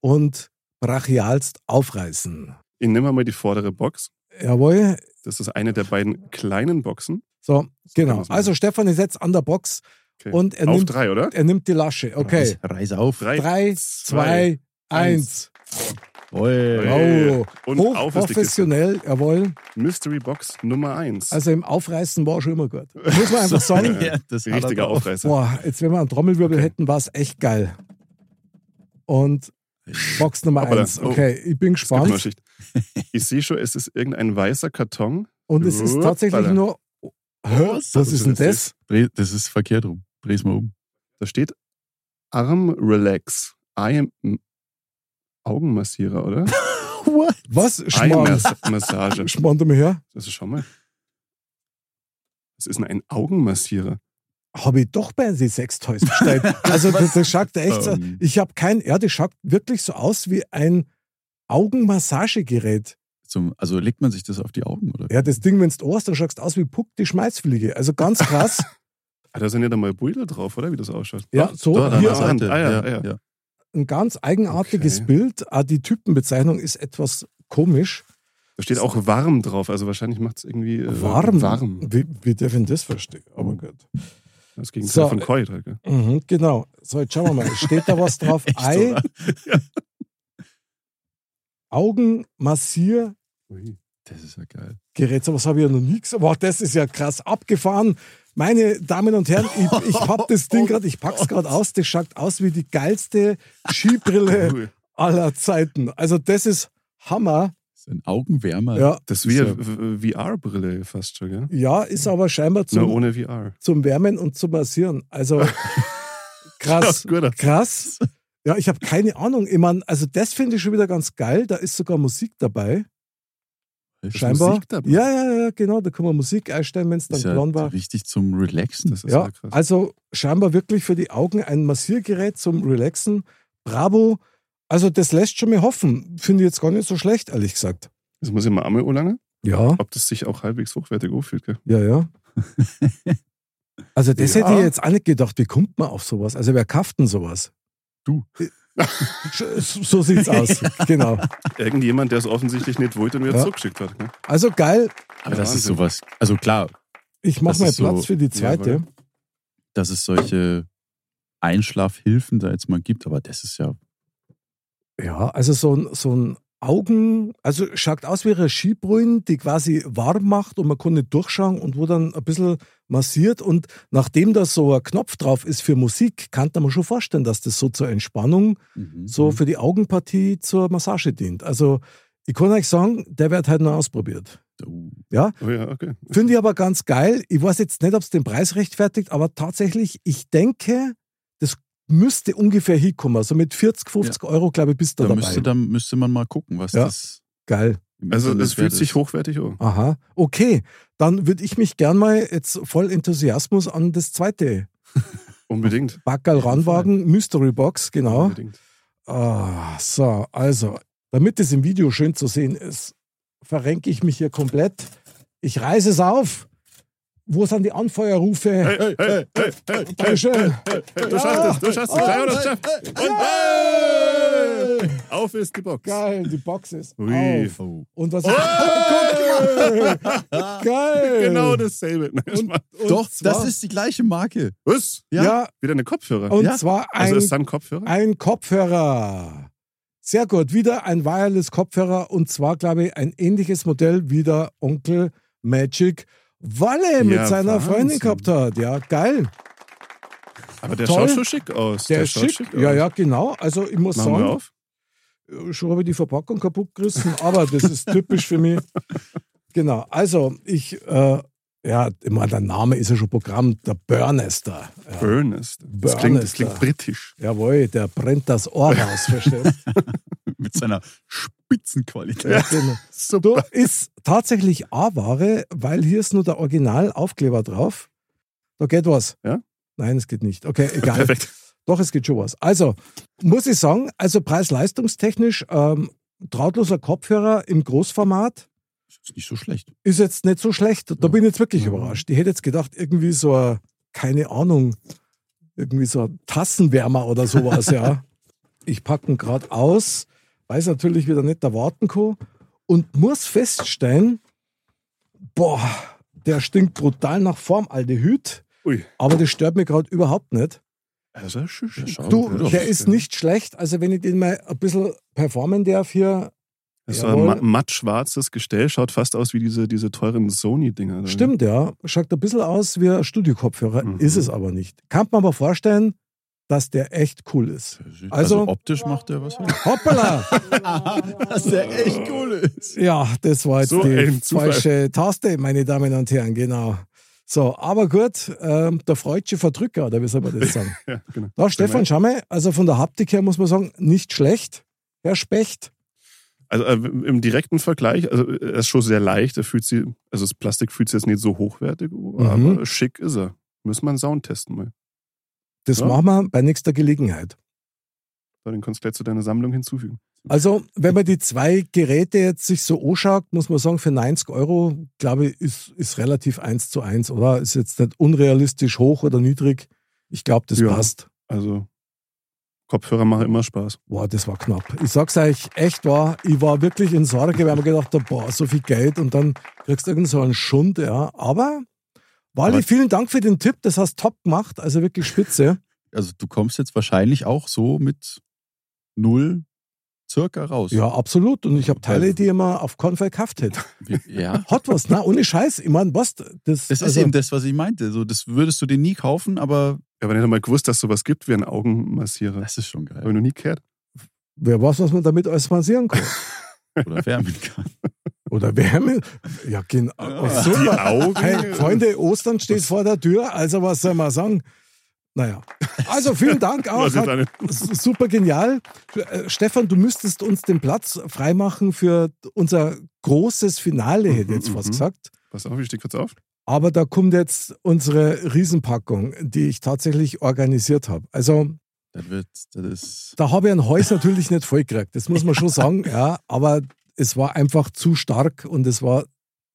Speaker 1: und brachialst aufreißen.
Speaker 3: Ich nehme mal die vordere Box.
Speaker 1: Jawohl.
Speaker 3: Das ist eine der beiden kleinen Boxen.
Speaker 1: So,
Speaker 3: kann
Speaker 1: genau.
Speaker 3: man's machen.
Speaker 1: Also, Stefan ist jetzt an der Box
Speaker 3: Okay.
Speaker 1: und er
Speaker 3: Auf
Speaker 1: nimmt,
Speaker 3: drei, oder?
Speaker 1: er nimmt die Lasche. Okay.
Speaker 2: Reiß auf.
Speaker 3: Drei.
Speaker 1: Drei, zwei,
Speaker 3: zwei,
Speaker 1: eins.
Speaker 2: Oi.
Speaker 1: Wow.
Speaker 3: Und auf ist die Kiste.
Speaker 1: Hochprofessionell, jawohl.
Speaker 3: Mystery Box Nummer eins.
Speaker 1: Also im Aufreißen war schon immer gut. Muss man einfach sagen.
Speaker 2: Ja, das hat er
Speaker 3: äh, Richtiger
Speaker 2: drauf.
Speaker 3: Aufreißer.
Speaker 1: Boah, jetzt wenn wir einen Trommelwirbel hätten, war es echt geil. Und Box Nummer
Speaker 3: Hoppala.
Speaker 1: eins.
Speaker 3: Oh.
Speaker 1: Okay, ich bin
Speaker 3: Es gibt noch eine
Speaker 1: gespannt.
Speaker 3: Schicht. Ich sehe schon, es ist irgendein weißer Karton.
Speaker 1: Und es ist tatsächlich
Speaker 3: Hoppala.
Speaker 1: nur. Hä? Was ist denn das?
Speaker 2: Dreh, das ist verkehrt rum. Dreh's mal um.
Speaker 3: Da steht Arm Relax. I am Augenmassierer, oder?
Speaker 2: What?
Speaker 1: Was? Schmarrn.
Speaker 3: Eye-Massage.
Speaker 1: Schmarrn da mal her.
Speaker 3: Das ist schon Also mal. Das ist ein Augenmassierer.
Speaker 1: Habe ich doch bei den Sextoys bestellt. Also das, das schaut
Speaker 3: Oh.
Speaker 1: echt so.
Speaker 2: Ähm.
Speaker 1: Ich habe kein. Ja, das schaut wirklich so aus wie ein Augenmassagegerät.
Speaker 2: Zum, also legt man sich das auf die Augen, oder?
Speaker 1: Ja, das Ding, wenn du ohrst, dann schaust du aus wie Puck die Schmeißfliege. Also ganz krass.
Speaker 3: Ah, da sind ja dann mal Brüder drauf, oder? Wie das ausschaut.
Speaker 1: ja, so
Speaker 2: Dort an
Speaker 1: hier
Speaker 2: der Seite.
Speaker 3: Ah, ja, ja.
Speaker 1: ein ganz eigenartiges
Speaker 3: Okay.
Speaker 1: Bild. Auch die Typenbezeichnung ist etwas komisch.
Speaker 3: Da steht auch warm drauf. Also wahrscheinlich macht es irgendwie äh,
Speaker 1: Warm.
Speaker 3: warm.
Speaker 1: Wie, wie darf ich denn das verstehen? Aber gut.
Speaker 3: Das Gegenteil
Speaker 1: So.
Speaker 3: von Keuter, gell?
Speaker 1: Mhm, genau. So, jetzt schauen wir mal. Steht da was drauf? Ei,
Speaker 2: oder?
Speaker 1: Augenmassiergerät.
Speaker 3: Ui.
Speaker 2: Das ist ja geil.
Speaker 1: So was habe ich ja noch nie gesehen. Wow, das ist ja krass abgefahren. Meine Damen und Herren, ich, ich hab das
Speaker 3: Oh
Speaker 1: Ding gerade, ich pack's gerade aus. Das schaut aus wie die geilste Skibrille
Speaker 3: Cool.
Speaker 1: aller Zeiten. Also das ist Hammer.
Speaker 2: Das ist ein Augenwärmer.
Speaker 1: Ja,
Speaker 3: Das ist wie eine VR-Brille fast schon, gell?
Speaker 1: ja ist aber scheinbar
Speaker 3: Nur
Speaker 1: zum,
Speaker 3: ohne VR.
Speaker 1: zum Wärmen und zum Massieren. Also krass,
Speaker 3: Schaut gut aus.
Speaker 1: krass. Ja, ich habe keine Ahnung. Ich mein, also das finde ich schon wieder ganz geil. Da ist sogar Musik dabei.
Speaker 2: Da ist
Speaker 1: Scheinbar.
Speaker 3: Musik dabei?
Speaker 1: Ja, ja, ja, genau. Da kann man Musik einstellen, wenn es dann
Speaker 2: Das ist ja
Speaker 1: blond war.
Speaker 2: richtig zum Relaxen.
Speaker 3: Das ist
Speaker 1: Ja,
Speaker 3: ja krass.
Speaker 1: also scheinbar wirklich für die Augen ein Massiergerät zum Relaxen. Bravo. Also das lässt schon mir hoffen. Finde ich jetzt gar nicht so schlecht, ehrlich gesagt.
Speaker 3: Das muss ich mal einmal anlangen,
Speaker 1: Ja,
Speaker 3: ob das sich auch halbwegs hochwertig anfühlt, gell?
Speaker 1: ja, ja. Also das
Speaker 3: Ja.
Speaker 1: hätte ich jetzt auch nicht gedacht. Wie kommt man auf sowas? Also wer kauft denn sowas?
Speaker 2: Du.
Speaker 1: Sch- So sieht's aus. genau.
Speaker 3: Irgendjemand, der es offensichtlich nicht wollte und mir
Speaker 1: Ja.
Speaker 3: zurückgeschickt hat. Gell?
Speaker 1: Also geil.
Speaker 2: Aber das ist
Speaker 3: Wahnsinn.
Speaker 2: sowas. Also klar,
Speaker 1: Ich mache
Speaker 2: Das
Speaker 1: mal
Speaker 2: ist so-
Speaker 1: Platz für die zweite.
Speaker 3: Jawohl.
Speaker 2: dass es solche Einschlafhilfen da jetzt mal gibt, aber das ist ja.
Speaker 1: Ja, also so ein, so ein Augen, also schaut aus wie eine Skibrühe, die quasi warm macht und man kann nicht durchschauen und wo dann ein bisschen massiert. Und nachdem da so ein Knopf drauf ist für Musik, kann man schon vorstellen, dass das so zur Entspannung,
Speaker 2: mhm.
Speaker 1: so für die Augenpartie zur Massage dient. Also ich kann euch sagen, der wird halt noch ausprobiert.
Speaker 2: Oh,
Speaker 3: Oh ja, okay.
Speaker 1: Finde ich aber ganz geil. Ich weiß jetzt nicht, ob es den Preis rechtfertigt, aber tatsächlich, ich denke, das müsste ungefähr hinkommen. So mit 40, 50 Euro, glaube ich, bist du
Speaker 2: Da
Speaker 1: dabei.
Speaker 2: müsste, dann müsste man mal gucken, was
Speaker 1: Ja.
Speaker 2: das.
Speaker 1: geil.
Speaker 2: im
Speaker 3: Also
Speaker 2: Internet
Speaker 3: es fühlt
Speaker 2: wert
Speaker 3: sich
Speaker 2: ist.
Speaker 3: hochwertig an.
Speaker 1: Aha, okay. Dann würde ich mich gern mal jetzt voll Enthusiasmus an das zweite
Speaker 3: Unbedingt.
Speaker 1: Backerl
Speaker 2: Auf jeden
Speaker 1: ranwagen, Mystery Box, genau.
Speaker 3: Unbedingt.
Speaker 1: Ah, so, also, damit es im Video schön zu sehen ist, verrenke ich mich hier komplett. Ich reiße es auf. Wo sind die Anfeuerrufe?
Speaker 3: Hey, hey, hey, hey, hey, hey,
Speaker 1: Dankeschön. Ah,
Speaker 3: hey, hey, du schaffst es, du schaffst es. Schau, du schaffst es. Und hey! Auf ist die Box.
Speaker 1: Geil, die Box ist
Speaker 3: Ui. Oh.
Speaker 1: auf. Und was guck mal. Geil.
Speaker 3: Genau dasselbe.
Speaker 1: Und, und
Speaker 2: Doch, das
Speaker 1: zwar-
Speaker 2: ist die gleiche Marke.
Speaker 3: Was?
Speaker 2: ja.
Speaker 1: ja,
Speaker 3: Wieder eine Kopfhörer.
Speaker 1: und
Speaker 2: Ja.
Speaker 1: zwar ein
Speaker 3: Also ist dann Kopfhörer?
Speaker 1: Ein Kopfhörer. Sehr gut. Wieder ein Wireless-Kopfhörer und zwar, glaube ich, ein ähnliches Modell wie der Onkel Magic Walle mit
Speaker 3: Ja,
Speaker 1: seiner
Speaker 3: Wahnsinn.
Speaker 1: Freundin gehabt hat. Ja, geil.
Speaker 3: Aber der
Speaker 1: Toll.
Speaker 3: schaut schon schick aus.
Speaker 1: Der, ist
Speaker 3: schaut
Speaker 1: schick. Ja,
Speaker 3: aus.
Speaker 1: ja, genau. Also ich muss
Speaker 3: Machen wir
Speaker 1: sagen,
Speaker 3: auf.
Speaker 1: schon habe ich die Verpackung kaputt gerissen, aber das ist typisch für mich. Genau. Also ich, äh, ja, ich meine, der Name ist ja schon Programm, der Burnester. Ja.
Speaker 3: Burnest. Das
Speaker 1: Burnest,
Speaker 3: klingt, das klingt
Speaker 1: ja.
Speaker 3: britisch.
Speaker 1: Jawohl, der brennt das Ohr raus, verstehst du?
Speaker 2: Mit seiner Spitzenqualität.
Speaker 1: Ja, genau. Du, ist tatsächlich A-Ware, weil hier ist nur der Originalaufkleber drauf. Da geht was.
Speaker 3: Ja?
Speaker 1: Nein, es geht nicht. Okay, egal.
Speaker 3: Perfekt.
Speaker 1: Doch, es geht schon was. Also, muss ich sagen, also preis-leistungstechnisch, ähm, drahtloser Kopfhörer im Großformat
Speaker 2: Ist nicht so schlecht.
Speaker 1: ist jetzt nicht so schlecht. Da
Speaker 2: Ja.
Speaker 1: bin ich jetzt wirklich
Speaker 2: Ja.
Speaker 1: überrascht. Ich hätte jetzt gedacht, irgendwie so ein, keine Ahnung, irgendwie so ein Tassenwärmer oder sowas, ja. Ich packe ihn gerade aus, weiß natürlich wieder nicht erwarten kann und muss feststellen, boah, der stinkt brutal nach Formaldehyd,
Speaker 3: Ui.
Speaker 1: aber das stört mich gerade überhaupt nicht.
Speaker 3: Also, ist schon schick.
Speaker 2: schau,
Speaker 1: Du,
Speaker 2: gut aus.
Speaker 1: der ist nicht schlecht, also wenn ich den mal ein bisschen performen darf hier,
Speaker 3: Das ist so ein
Speaker 1: Jawohl.
Speaker 3: ma- mattschwarzes Gestell, schaut fast aus wie diese, diese teuren Sony-Dinger. da.
Speaker 1: Stimmt, ja. Schaut ein bisschen aus wie ein Studiokopfhörer,
Speaker 3: Hm. Mhm.
Speaker 1: ist es aber nicht. Kann man aber vorstellen, dass der echt cool ist.
Speaker 2: Also,
Speaker 1: Also-
Speaker 2: optisch macht er was. halt. her.
Speaker 1: Hoppala!
Speaker 2: Dass der echt cool ist.
Speaker 1: ja, das war jetzt
Speaker 3: So
Speaker 1: die
Speaker 3: ein Zufall.
Speaker 1: falsche Taste, meine Damen und Herren, genau. So, aber gut, ähm, der freudsche Verdrücker, oder wie soll man das sagen?
Speaker 3: Ja, genau.
Speaker 1: Da, Stefan, schau mal, also von der Haptik her muss man sagen, nicht schlecht. Herr Specht,
Speaker 3: Also äh, im direkten Vergleich, also äh, er ist schon sehr leicht. Er fühlt sie, also das Plastik fühlt sich jetzt nicht so hochwertig, oh, aber
Speaker 1: Mhm.
Speaker 3: schick ist er. Müssen wir einen Sound testen mal.
Speaker 1: das
Speaker 3: Ja.
Speaker 1: machen wir bei nächster Gelegenheit.
Speaker 3: Weil Den kannst du gleich zu deiner Sammlung hinzufügen.
Speaker 1: Also, wenn man die zwei Geräte jetzt sich so anschaut, muss man sagen, für 90 Euro, glaube ich, ist, ist relativ eins zu eins, oder? Ist jetzt nicht unrealistisch hoch oder niedrig. Ich glaube, das
Speaker 3: Ja.
Speaker 1: passt.
Speaker 3: Also Kopfhörer machen immer Spaß.
Speaker 1: Boah, das war knapp. Ich sag's euch, echt war, ich war wirklich in Sorge, weil man gedacht habe, boah, so viel Geld und dann kriegst du irgend so einen Schund, ja. Aber, Wally,
Speaker 2: Aber-
Speaker 1: vielen Dank für den Tipp, das hast top gemacht, also wirklich spitze.
Speaker 2: Also du kommst jetzt wahrscheinlich auch so mit null circa raus.
Speaker 1: Ja, absolut. Und ich habe Teile, die ich immer auf Korn verkauft hätte.
Speaker 2: Wie- ja.
Speaker 1: Hat was, ne? Ohne Scheiß. Ich meine, was? Das,
Speaker 2: Das ist
Speaker 1: also,
Speaker 2: eben das, was ich meinte. So, das würdest du dir nie kaufen, aber
Speaker 3: Ich habe nicht einmal gewusst, dass es sowas gibt wie einen Augenmassierer.
Speaker 2: das ist schon
Speaker 3: Habe ich
Speaker 2: geil.
Speaker 3: noch nie gehört.
Speaker 1: Wer weiß, was man damit alles massieren kann.
Speaker 2: Oder wärmen kann.
Speaker 1: Oder Wärme. Ja, genau.
Speaker 2: Ja.
Speaker 3: Die
Speaker 1: Super.
Speaker 3: Augen.
Speaker 1: Hey, Freunde, Ostern steht vor der Tür. Also, was soll man sagen? Naja. Also, vielen Dank auch.
Speaker 3: Was ist
Speaker 1: Hat,
Speaker 3: eine,
Speaker 1: super genial. Äh, Stefan, du müsstest uns den Platz freimachen für unser großes Finale, hätte ich jetzt
Speaker 3: Mhm,
Speaker 1: fast
Speaker 3: mhm.
Speaker 1: gesagt.
Speaker 3: pass auf, ich stehe kurz auf.
Speaker 1: Aber da kommt jetzt unsere Riesenpackung, die ich tatsächlich organisiert habe. Also,
Speaker 2: Das wird, das ist.
Speaker 1: da habe ich ein Haus natürlich nicht vollgekriegt, das muss man schon sagen, ja, aber es war einfach zu stark und es war,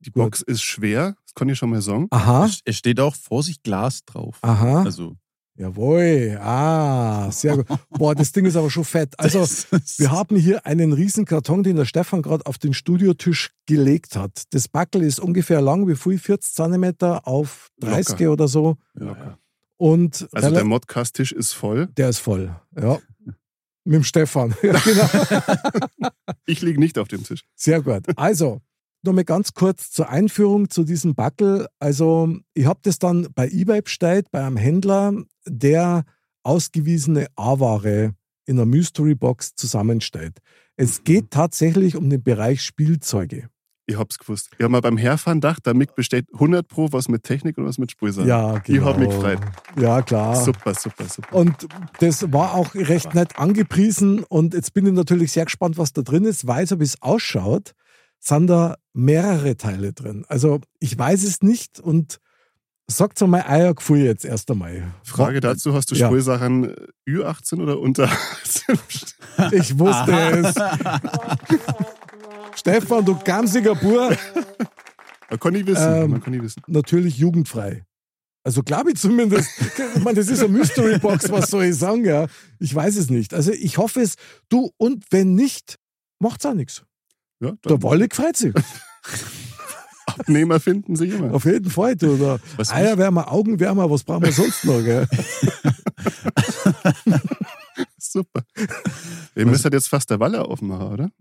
Speaker 3: Die
Speaker 1: Gut.
Speaker 3: Box ist schwer, das kann ich schon mal sagen.
Speaker 1: aha,
Speaker 2: Es steht auch Vorsicht Glas drauf.
Speaker 1: aha,
Speaker 2: Also,
Speaker 1: jawohl, ah, sehr gut. Boah, das Ding ist aber schon fett. Also,
Speaker 2: das ist-
Speaker 1: Wir haben hier einen riesen Karton, den der Stefan gerade auf den Studiotisch gelegt hat. Das Backel ist ungefähr lang, wie viel? 40 cm auf 30
Speaker 3: Locker.
Speaker 1: oder so.
Speaker 2: ja, ja.
Speaker 1: Und
Speaker 3: Also der
Speaker 1: rela-
Speaker 3: Modcast-Tisch ist voll.
Speaker 1: der ist voll. Ja. Mit dem Stefan. Ja, genau.
Speaker 3: Ich liege nicht auf dem Tisch.
Speaker 1: Sehr gut. Also, nochmal ganz kurz zur Einführung zu diesem Backel. Also, ich habe das dann bei eBay bestellt, bei einem Händler, der ausgewiesene A-Ware in einer Mystery Box zusammenstellt. Es
Speaker 3: Mhm.
Speaker 1: geht tatsächlich um den Bereich Spielzeuge.
Speaker 3: Ich hab's gewusst. Ich hab mal beim Herfahren gedacht, damit besteht 100 Pro was mit Technik und was mit Spulsam.
Speaker 1: Ja,
Speaker 3: Ich
Speaker 1: genau.
Speaker 3: hab mich gefreut.
Speaker 1: Ja, klar.
Speaker 3: Super, super, super.
Speaker 1: Und das war auch recht nett angepriesen. Und jetzt bin ich natürlich sehr gespannt, was da drin ist. Weiß, ob es ausschaut. Sind da mehrere Teile drin? Also, ich weiß es nicht und ah sagt mal Eiergefühl jetzt erst einmal.
Speaker 3: Frage dazu, hast du
Speaker 1: Ja.
Speaker 3: Spulsachen Ü18 oder unter 18?
Speaker 1: Ich wusste es. Stefan, du gamsiger Bur.
Speaker 3: Man kann nicht wissen,
Speaker 1: Ähm.
Speaker 3: man kann nicht wissen.
Speaker 1: Natürlich jugendfrei. Also glaube ich zumindest. ich meine, das ist eine Mystery Box, was soll ich sagen, ja? Ich weiß es nicht. Also ich hoffe es. Du, und wenn nicht, macht's auch nichts.
Speaker 3: Ja,
Speaker 1: Der Wolle freut sich.
Speaker 3: Abnehmer finden sich immer.
Speaker 1: Auf jeden Fall, du. Da.
Speaker 2: Was mich-
Speaker 1: Eierwärmer, Augenwärmer, was brauchen wir sonst noch, gell?
Speaker 3: Super. Ihr müsst halt jetzt fast der Walle aufmachen, oder?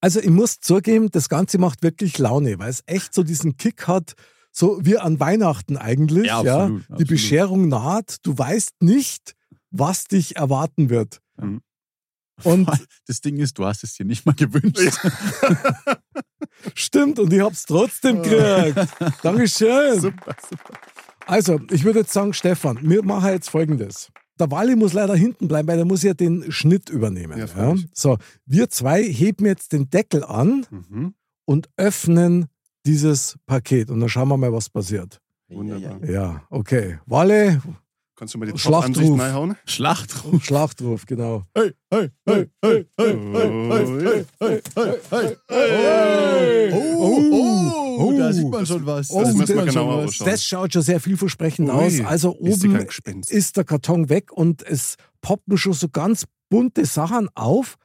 Speaker 1: Also ich muss zugeben, das Ganze macht wirklich Laune, weil es echt so diesen Kick hat, so wie an Weihnachten eigentlich.
Speaker 2: Ja,
Speaker 1: Ja,
Speaker 2: absolut,
Speaker 1: Die
Speaker 2: absolut.
Speaker 1: Bescherung naht, du weißt nicht, was dich erwarten wird.
Speaker 2: Mhm.
Speaker 1: Und
Speaker 2: das Ding ist, du hast es dir nicht mal gewünscht.
Speaker 1: Stimmt, und ich hab's trotzdem gekriegt. Dankeschön.
Speaker 3: Super, super.
Speaker 1: Also, ich würde jetzt sagen, Stefan, wir machen jetzt folgendes. Der Wally muss leider hinten bleiben, weil der muss ja den Schnitt übernehmen.
Speaker 3: Ja,
Speaker 1: Ja,
Speaker 3: freilich.
Speaker 1: So, wir zwei heben jetzt den Deckel an
Speaker 3: Mhm.
Speaker 1: und öffnen dieses Paket. Und dann schauen wir mal, was passiert.
Speaker 3: Wunderbar.
Speaker 1: Ja, okay. Wally,
Speaker 3: Kannst du mal die
Speaker 1: Schlachtruf.
Speaker 3: Top-Ansicht reinhauen?
Speaker 2: Schlachtruf.
Speaker 1: Schlachtruf, genau.
Speaker 2: Hey, hey, hey, hey, hey, hey, hey, hey, hey. Oh, oh, oh, da sieht man schon was.
Speaker 1: Oh,
Speaker 2: da sieht
Speaker 1: das-
Speaker 2: man schon
Speaker 3: genauer
Speaker 2: was.
Speaker 3: anschauen.
Speaker 1: Das schaut schon sehr vielversprechend
Speaker 3: Ui,
Speaker 1: aus. Also
Speaker 3: ist die
Speaker 1: oben
Speaker 3: kein Gespenst.
Speaker 1: ist der Karton weg und es poppen schon so ganz bunte Sachen auf.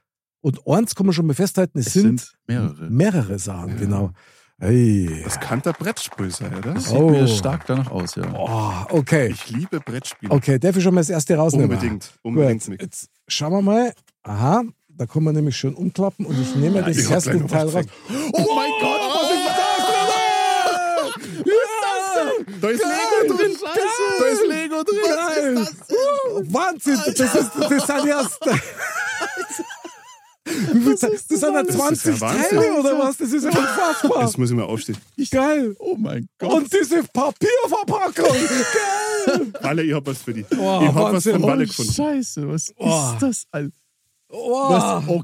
Speaker 1: Und eins kann man schon mal festhalten, es,
Speaker 2: Es
Speaker 1: sind,
Speaker 2: sind mehrere.
Speaker 1: mehrere Sachen, genau. Hey.
Speaker 3: äh, Das kann der Brettspiel sein, oder?
Speaker 2: Das sieht
Speaker 1: Oh.
Speaker 2: mir stark danach aus, ja.
Speaker 1: Oh, okay.
Speaker 3: Ich liebe Brettspiele.
Speaker 1: Okay, darf ich schon mal das erste rausnehmen? Ah,
Speaker 3: Unbedingt. Unbedingt.
Speaker 1: Gut,
Speaker 3: Nick.
Speaker 1: jetzt schauen wir mal. Aha, da kann man nämlich schön umklappen und ich nehme das
Speaker 3: Ah, ich hab gleich
Speaker 1: erste
Speaker 3: noch
Speaker 1: Teil
Speaker 3: was
Speaker 1: raus.
Speaker 2: Oh mein Gott, was ist
Speaker 1: Ja!
Speaker 3: Da ist Lego drin. Da ist Lego drin.
Speaker 1: Geil! Uh, Wahnsinn! Das, ist, das sind erst. Wie viel Zeit- das sind ja
Speaker 3: ist
Speaker 1: 20
Speaker 3: ja Wahnsinn.
Speaker 1: Teile oder was? Das ist ja unfassbar!
Speaker 3: Jetzt muss ich mal aufstehen.
Speaker 1: Geil!
Speaker 2: Oh mein Gott.
Speaker 1: Und diese Papierverpackung! Geil!
Speaker 3: Walle, ich hab was für dich.
Speaker 1: Oh,
Speaker 3: ich hab was
Speaker 1: Wahnsinn.
Speaker 3: von
Speaker 2: oh,
Speaker 3: Walle gefunden.
Speaker 2: Scheiße, was
Speaker 1: Oh.
Speaker 2: ist das? all-
Speaker 1: Oh.
Speaker 2: Was? Oh,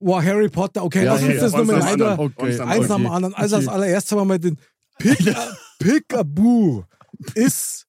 Speaker 1: Wow, Harry Potter. Okay,
Speaker 2: Ja,
Speaker 1: lass uns
Speaker 2: ja,
Speaker 1: das
Speaker 3: eins
Speaker 1: nochmal
Speaker 3: am anderen.
Speaker 1: leider.
Speaker 2: Okay.
Speaker 3: am
Speaker 1: Eins nach dem
Speaker 2: Okay.
Speaker 1: anderen. Also als
Speaker 2: Okay.
Speaker 1: allererstes haben wir mal den Pick- Pickaboo. Ist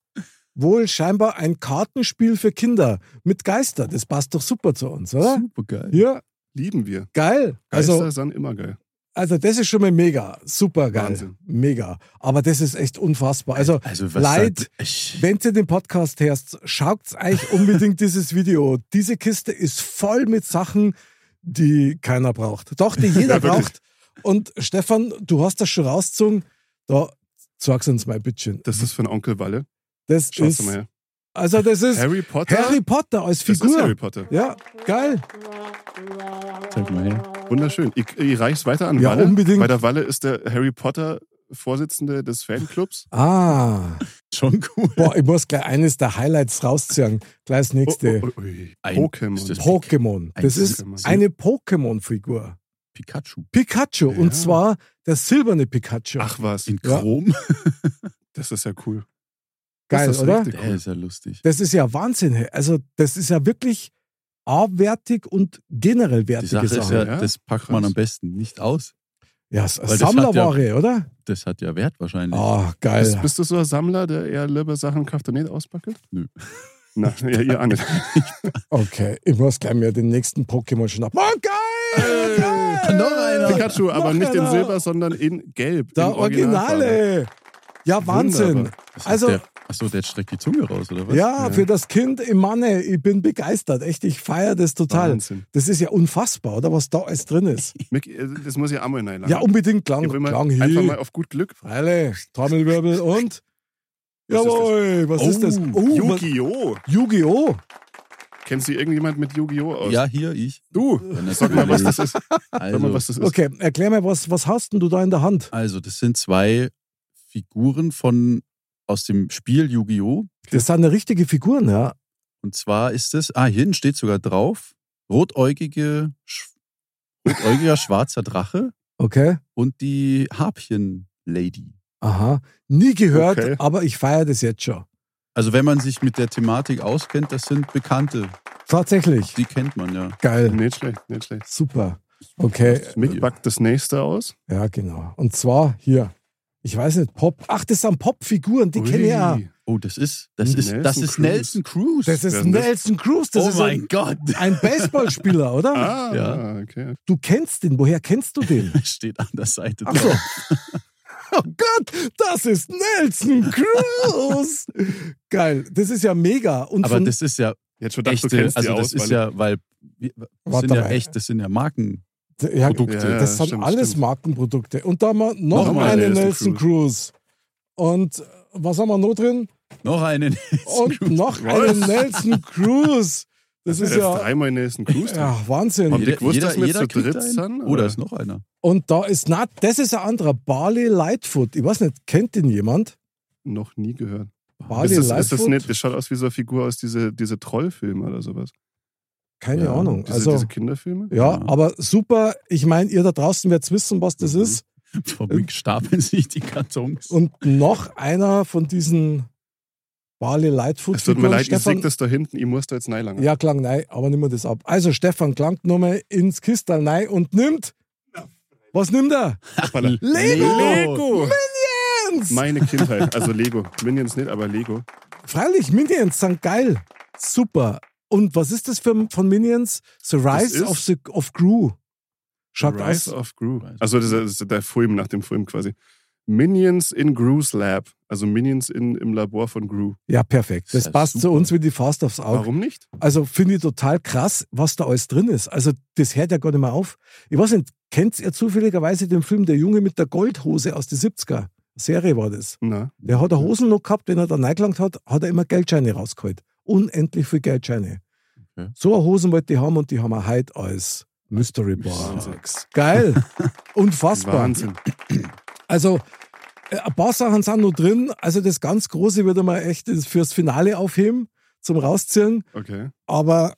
Speaker 1: wohl scheinbar ein Kartenspiel für Kinder mit Geister. Das passt doch super zu uns, oder?
Speaker 2: super geil.
Speaker 1: Ja,
Speaker 3: Lieben wir.
Speaker 1: geil.
Speaker 3: Geister
Speaker 1: Also,
Speaker 3: sind immer geil.
Speaker 1: Also das ist schon mal mega, super geil,
Speaker 3: Wahnsinn.
Speaker 1: mega. Aber das ist echt unfassbar. Also,
Speaker 2: Also was
Speaker 1: leid,
Speaker 2: sagt- ich,
Speaker 1: wenn ihr den Podcast hörst, schaut's euch unbedingt dieses Video. Diese Kiste ist voll mit Sachen, die keiner braucht. Doch, die jeder
Speaker 3: Ja, wirklich.
Speaker 1: braucht. Und Stefan, du hast das schon rausgezogen. Da, sag's uns mal, bitteschön.
Speaker 3: Das ist von Onkel Walle.
Speaker 1: Das
Speaker 3: Schaut's
Speaker 1: ist
Speaker 3: mal her.
Speaker 1: Also das ist
Speaker 3: Harry Potter?
Speaker 1: Harry Potter als
Speaker 3: Das
Speaker 1: Figur.
Speaker 3: ist Harry Potter.
Speaker 1: Ja, geil.
Speaker 2: Zeig mal her.
Speaker 3: Wunderschön. Ich, ich reich's weiter an
Speaker 1: Ja,
Speaker 3: Walle.
Speaker 1: unbedingt.
Speaker 3: Bei der Walle ist der Harry Potter Vorsitzende des Fanclubs.
Speaker 1: Ah,
Speaker 2: Schon cool.
Speaker 1: boah, ich muss gleich eines der Highlights rausziehen. Gleich das nächste.
Speaker 3: Oh, oh, ui.
Speaker 2: Ein-
Speaker 3: Pokémon.
Speaker 2: ist das-
Speaker 1: Pokémon.
Speaker 2: Ein
Speaker 1: Das ist
Speaker 3: Pokémon.
Speaker 1: eine Pokémon-Figur.
Speaker 2: Pikachu.
Speaker 1: Pikachu, und
Speaker 3: Ja.
Speaker 1: zwar der silberne Pikachu.
Speaker 3: Ach was,
Speaker 2: In
Speaker 1: Ja.
Speaker 2: Chrom.
Speaker 3: das ist ja cool.
Speaker 1: geil,
Speaker 3: das ist
Speaker 1: oder?
Speaker 3: richtig.
Speaker 2: Der ist ja lustig.
Speaker 1: Das ist ja Wahnsinn. hey. Also, das ist ja wirklich A-wertig und generell
Speaker 2: Die
Speaker 1: wertige
Speaker 2: Sache ist ja,
Speaker 1: Sache.
Speaker 3: ja?
Speaker 2: das packt man
Speaker 3: Krass.
Speaker 2: am besten nicht aus.
Speaker 1: Ja, S-
Speaker 2: das hat
Speaker 1: Sammlerware, oder?
Speaker 2: Das hat ja Wert wahrscheinlich.
Speaker 1: Ah, geil.
Speaker 3: Bist, bist du so ein Sammler, der eher lieber Sachen kauft und nicht auspackelt?
Speaker 2: Nö.
Speaker 3: Na, ja, ihr auch nicht.
Speaker 1: Okay, ich muss gleich mir den nächsten Pokémon schnappen. Oh, geil! geil!
Speaker 2: Noch einer.
Speaker 3: Pikachu, aber
Speaker 1: Noch
Speaker 3: nicht in
Speaker 1: einer.
Speaker 3: Silber, sondern in Gelb.
Speaker 1: Der
Speaker 3: in Originalfarbe.
Speaker 1: Originale. Ja, Wahnsinn.
Speaker 3: Wunderbar.
Speaker 2: Das ist
Speaker 1: Also,
Speaker 2: der, achso, der streckt die Zunge raus, oder was?
Speaker 1: ja, für das Kind im Manne, ich bin begeistert. Echt, ich feiere das total.
Speaker 3: Wahnsinn.
Speaker 1: Das ist ja unfassbar, oder? Was da alles drin ist.
Speaker 3: Mick, äh, Das muss ich auch mal reinladen.
Speaker 1: Ja, um unbedingt lang,
Speaker 3: Ich will mal
Speaker 1: lang
Speaker 3: einfach mal
Speaker 1: hier.
Speaker 3: auf gut Glück.
Speaker 1: Alle, Trommelwirbel und.
Speaker 3: Was ist das?
Speaker 1: Jawohl, was ist das?
Speaker 2: Oh,
Speaker 1: Oh, was-
Speaker 3: Yu-Gi-Oh!
Speaker 1: Yu-Gi-Oh!
Speaker 3: Kennst du irgendjemand mit Yu-Gi-Oh! aus?
Speaker 2: Ja, hier, ich.
Speaker 3: Du!
Speaker 2: Ja,
Speaker 3: Sag mal, was
Speaker 2: natürlich.
Speaker 3: das ist.
Speaker 2: Also,
Speaker 3: Sag mal, was das ist.
Speaker 1: Okay, erklär mir, was, was hast denn du da in der Hand?
Speaker 2: also, das sind zwei Figuren von, aus dem Spiel Yu-Gi-Oh!
Speaker 1: Das sind eine richtige Figuren, ja.
Speaker 2: Und zwar ist es, ah, hier hinten steht sogar drauf, rotäugige, sch, rotäugiger schwarzer Drache
Speaker 1: Okay.
Speaker 2: und die Harpchen-Lady.
Speaker 1: Aha. Nie gehört,
Speaker 3: Okay.
Speaker 1: aber ich feiere das jetzt schon.
Speaker 2: Also wenn man sich mit der Thematik auskennt, das sind Bekannte.
Speaker 1: Tatsächlich.
Speaker 2: Die kennt man ja.
Speaker 1: Geil.
Speaker 3: Nicht schlecht, nicht schlecht.
Speaker 1: Super. Okay.
Speaker 3: Mick backt das nächste aus.
Speaker 1: Ja, genau. Und zwar hier. Ich weiß nicht, Pop. Ach, das sind Pop-Figuren, die kenne ich ja.
Speaker 3: Ui.
Speaker 2: Oh, das ist, das ist, das
Speaker 3: Nelson
Speaker 2: ist
Speaker 1: Hm,
Speaker 2: Nelson Cruz.
Speaker 3: Cruz.
Speaker 1: Das
Speaker 3: Wer
Speaker 1: ist
Speaker 3: ist denn das?
Speaker 1: Nelson Cruz. Das
Speaker 2: oh
Speaker 1: ist
Speaker 2: mein
Speaker 1: ein,
Speaker 2: Gott.
Speaker 1: ein Baseballspieler, oder?
Speaker 3: Ah,
Speaker 2: Ja.
Speaker 3: ja. okay.
Speaker 1: Du kennst den. Woher kennst du den?
Speaker 2: Das steht an der Seite
Speaker 1: Ach so.
Speaker 2: drauf.
Speaker 1: Oh Gott, das ist Nelson Cruz. Geil, das ist ja mega. Und
Speaker 2: Aber
Speaker 1: von,
Speaker 2: das ist ja
Speaker 3: Jetzt schon gedacht, du
Speaker 2: echte,
Speaker 3: kennst
Speaker 2: also
Speaker 3: die
Speaker 2: das
Speaker 3: Auswahl.
Speaker 2: ist ja, weil wir- das
Speaker 1: Warte
Speaker 2: sind ja
Speaker 1: mal.
Speaker 2: echt, das sind ja Marken.
Speaker 1: ja,
Speaker 2: Produkte.
Speaker 3: Ja,
Speaker 1: das sind
Speaker 3: stimmt,
Speaker 1: alles
Speaker 3: stimmt.
Speaker 1: Markenprodukte. Und da haben wir noch
Speaker 3: Nochmal
Speaker 1: eine Nelson
Speaker 3: Nelson
Speaker 1: Cruz. Und äh, was haben wir noch drin?
Speaker 2: Noch einen.
Speaker 1: Und noch eine Nelson Cruz. Das ist
Speaker 3: Jetzt
Speaker 1: ja,
Speaker 3: dreimal Nelson Cruz. drin.
Speaker 1: ja Wahnsinn.
Speaker 3: Habt ihr gewusst, dass wir zu
Speaker 2: kriegt
Speaker 3: dritt
Speaker 2: einen.
Speaker 3: sind,
Speaker 2: Oh, da
Speaker 3: oder?
Speaker 2: ist noch einer.
Speaker 1: Und da ist, na, das ist ein anderer, Barley Lightfoot. Ich weiß nicht, kennt den jemand?
Speaker 3: Noch nie gehört.
Speaker 1: Barley
Speaker 3: Ist das, ist das
Speaker 1: Lightfoot?
Speaker 3: nicht, das schaut aus wie so eine Figur aus diese, diese Trollfilme oder sowas.
Speaker 1: Keine
Speaker 2: Ja,
Speaker 1: Ahnung.
Speaker 3: Diese,
Speaker 1: Also,
Speaker 3: diese Kinderfilme?
Speaker 1: ja,
Speaker 2: Ja.
Speaker 1: aber super. Ich meine, ihr da draußen werdet wissen, was das
Speaker 2: Mhm.
Speaker 1: ist.
Speaker 2: Vor Mick stapeln sich die Kartons.
Speaker 1: Ähm, Und noch einer von diesen Barley Lightfoot.
Speaker 3: Es tut mir leid, ich
Speaker 1: Stefan,
Speaker 3: sehe das da hinten, ich muss da jetzt nein lang.
Speaker 1: Ja, klang nein, aber nimm mir das ab. Also Stefan klangt nochmal ins Kistel nein und nimmt. Was nimmt er?
Speaker 3: Hoppala.
Speaker 2: Lego!
Speaker 1: Minions!
Speaker 3: Meine Kindheit, also Lego. Minions nicht, aber Lego.
Speaker 1: Freilich, Minions sind geil. Super. Und was ist das für von Minions? The Rise
Speaker 3: ist-
Speaker 1: of, the, of Gru. Schaut
Speaker 3: Rise
Speaker 1: aus.
Speaker 3: of Gru. Also das ist, das ist der Film nach dem Film quasi. Minions in Gru's Lab. Also Minions in, im Labor von Gru.
Speaker 1: Ja, perfekt.
Speaker 2: Das
Speaker 1: Das
Speaker 2: ist ja
Speaker 1: passt zu
Speaker 2: super.
Speaker 1: uns wie die Faust aufs Auge.
Speaker 3: Warum nicht?
Speaker 1: Also finde ich total krass, was da alles drin ist. Also das hört ja gar nicht mehr auf. Ich weiß nicht, kennt ihr zufälligerweise den Film Der Junge mit der Goldhose aus den 70er? Serie war das.
Speaker 3: Na,
Speaker 1: Der hat eine Hosen noch gehabt, wenn er da reingelangt hat, hat er immer Geldscheine rausgeholt. Unendlich viel Geldscheine.
Speaker 2: Okay.
Speaker 1: So eine Hosen wollte ich haben und die haben wir heute als Mystery
Speaker 3: Wahnsinn.
Speaker 1: Box. Geil. Unfassbar.
Speaker 3: Wahnsinn.
Speaker 1: Also äh, ein paar Sachen sind noch drin. Also das ganz Große würde man echt fürs Finale aufheben, zum Rausziehen.
Speaker 3: Okay.
Speaker 1: Aber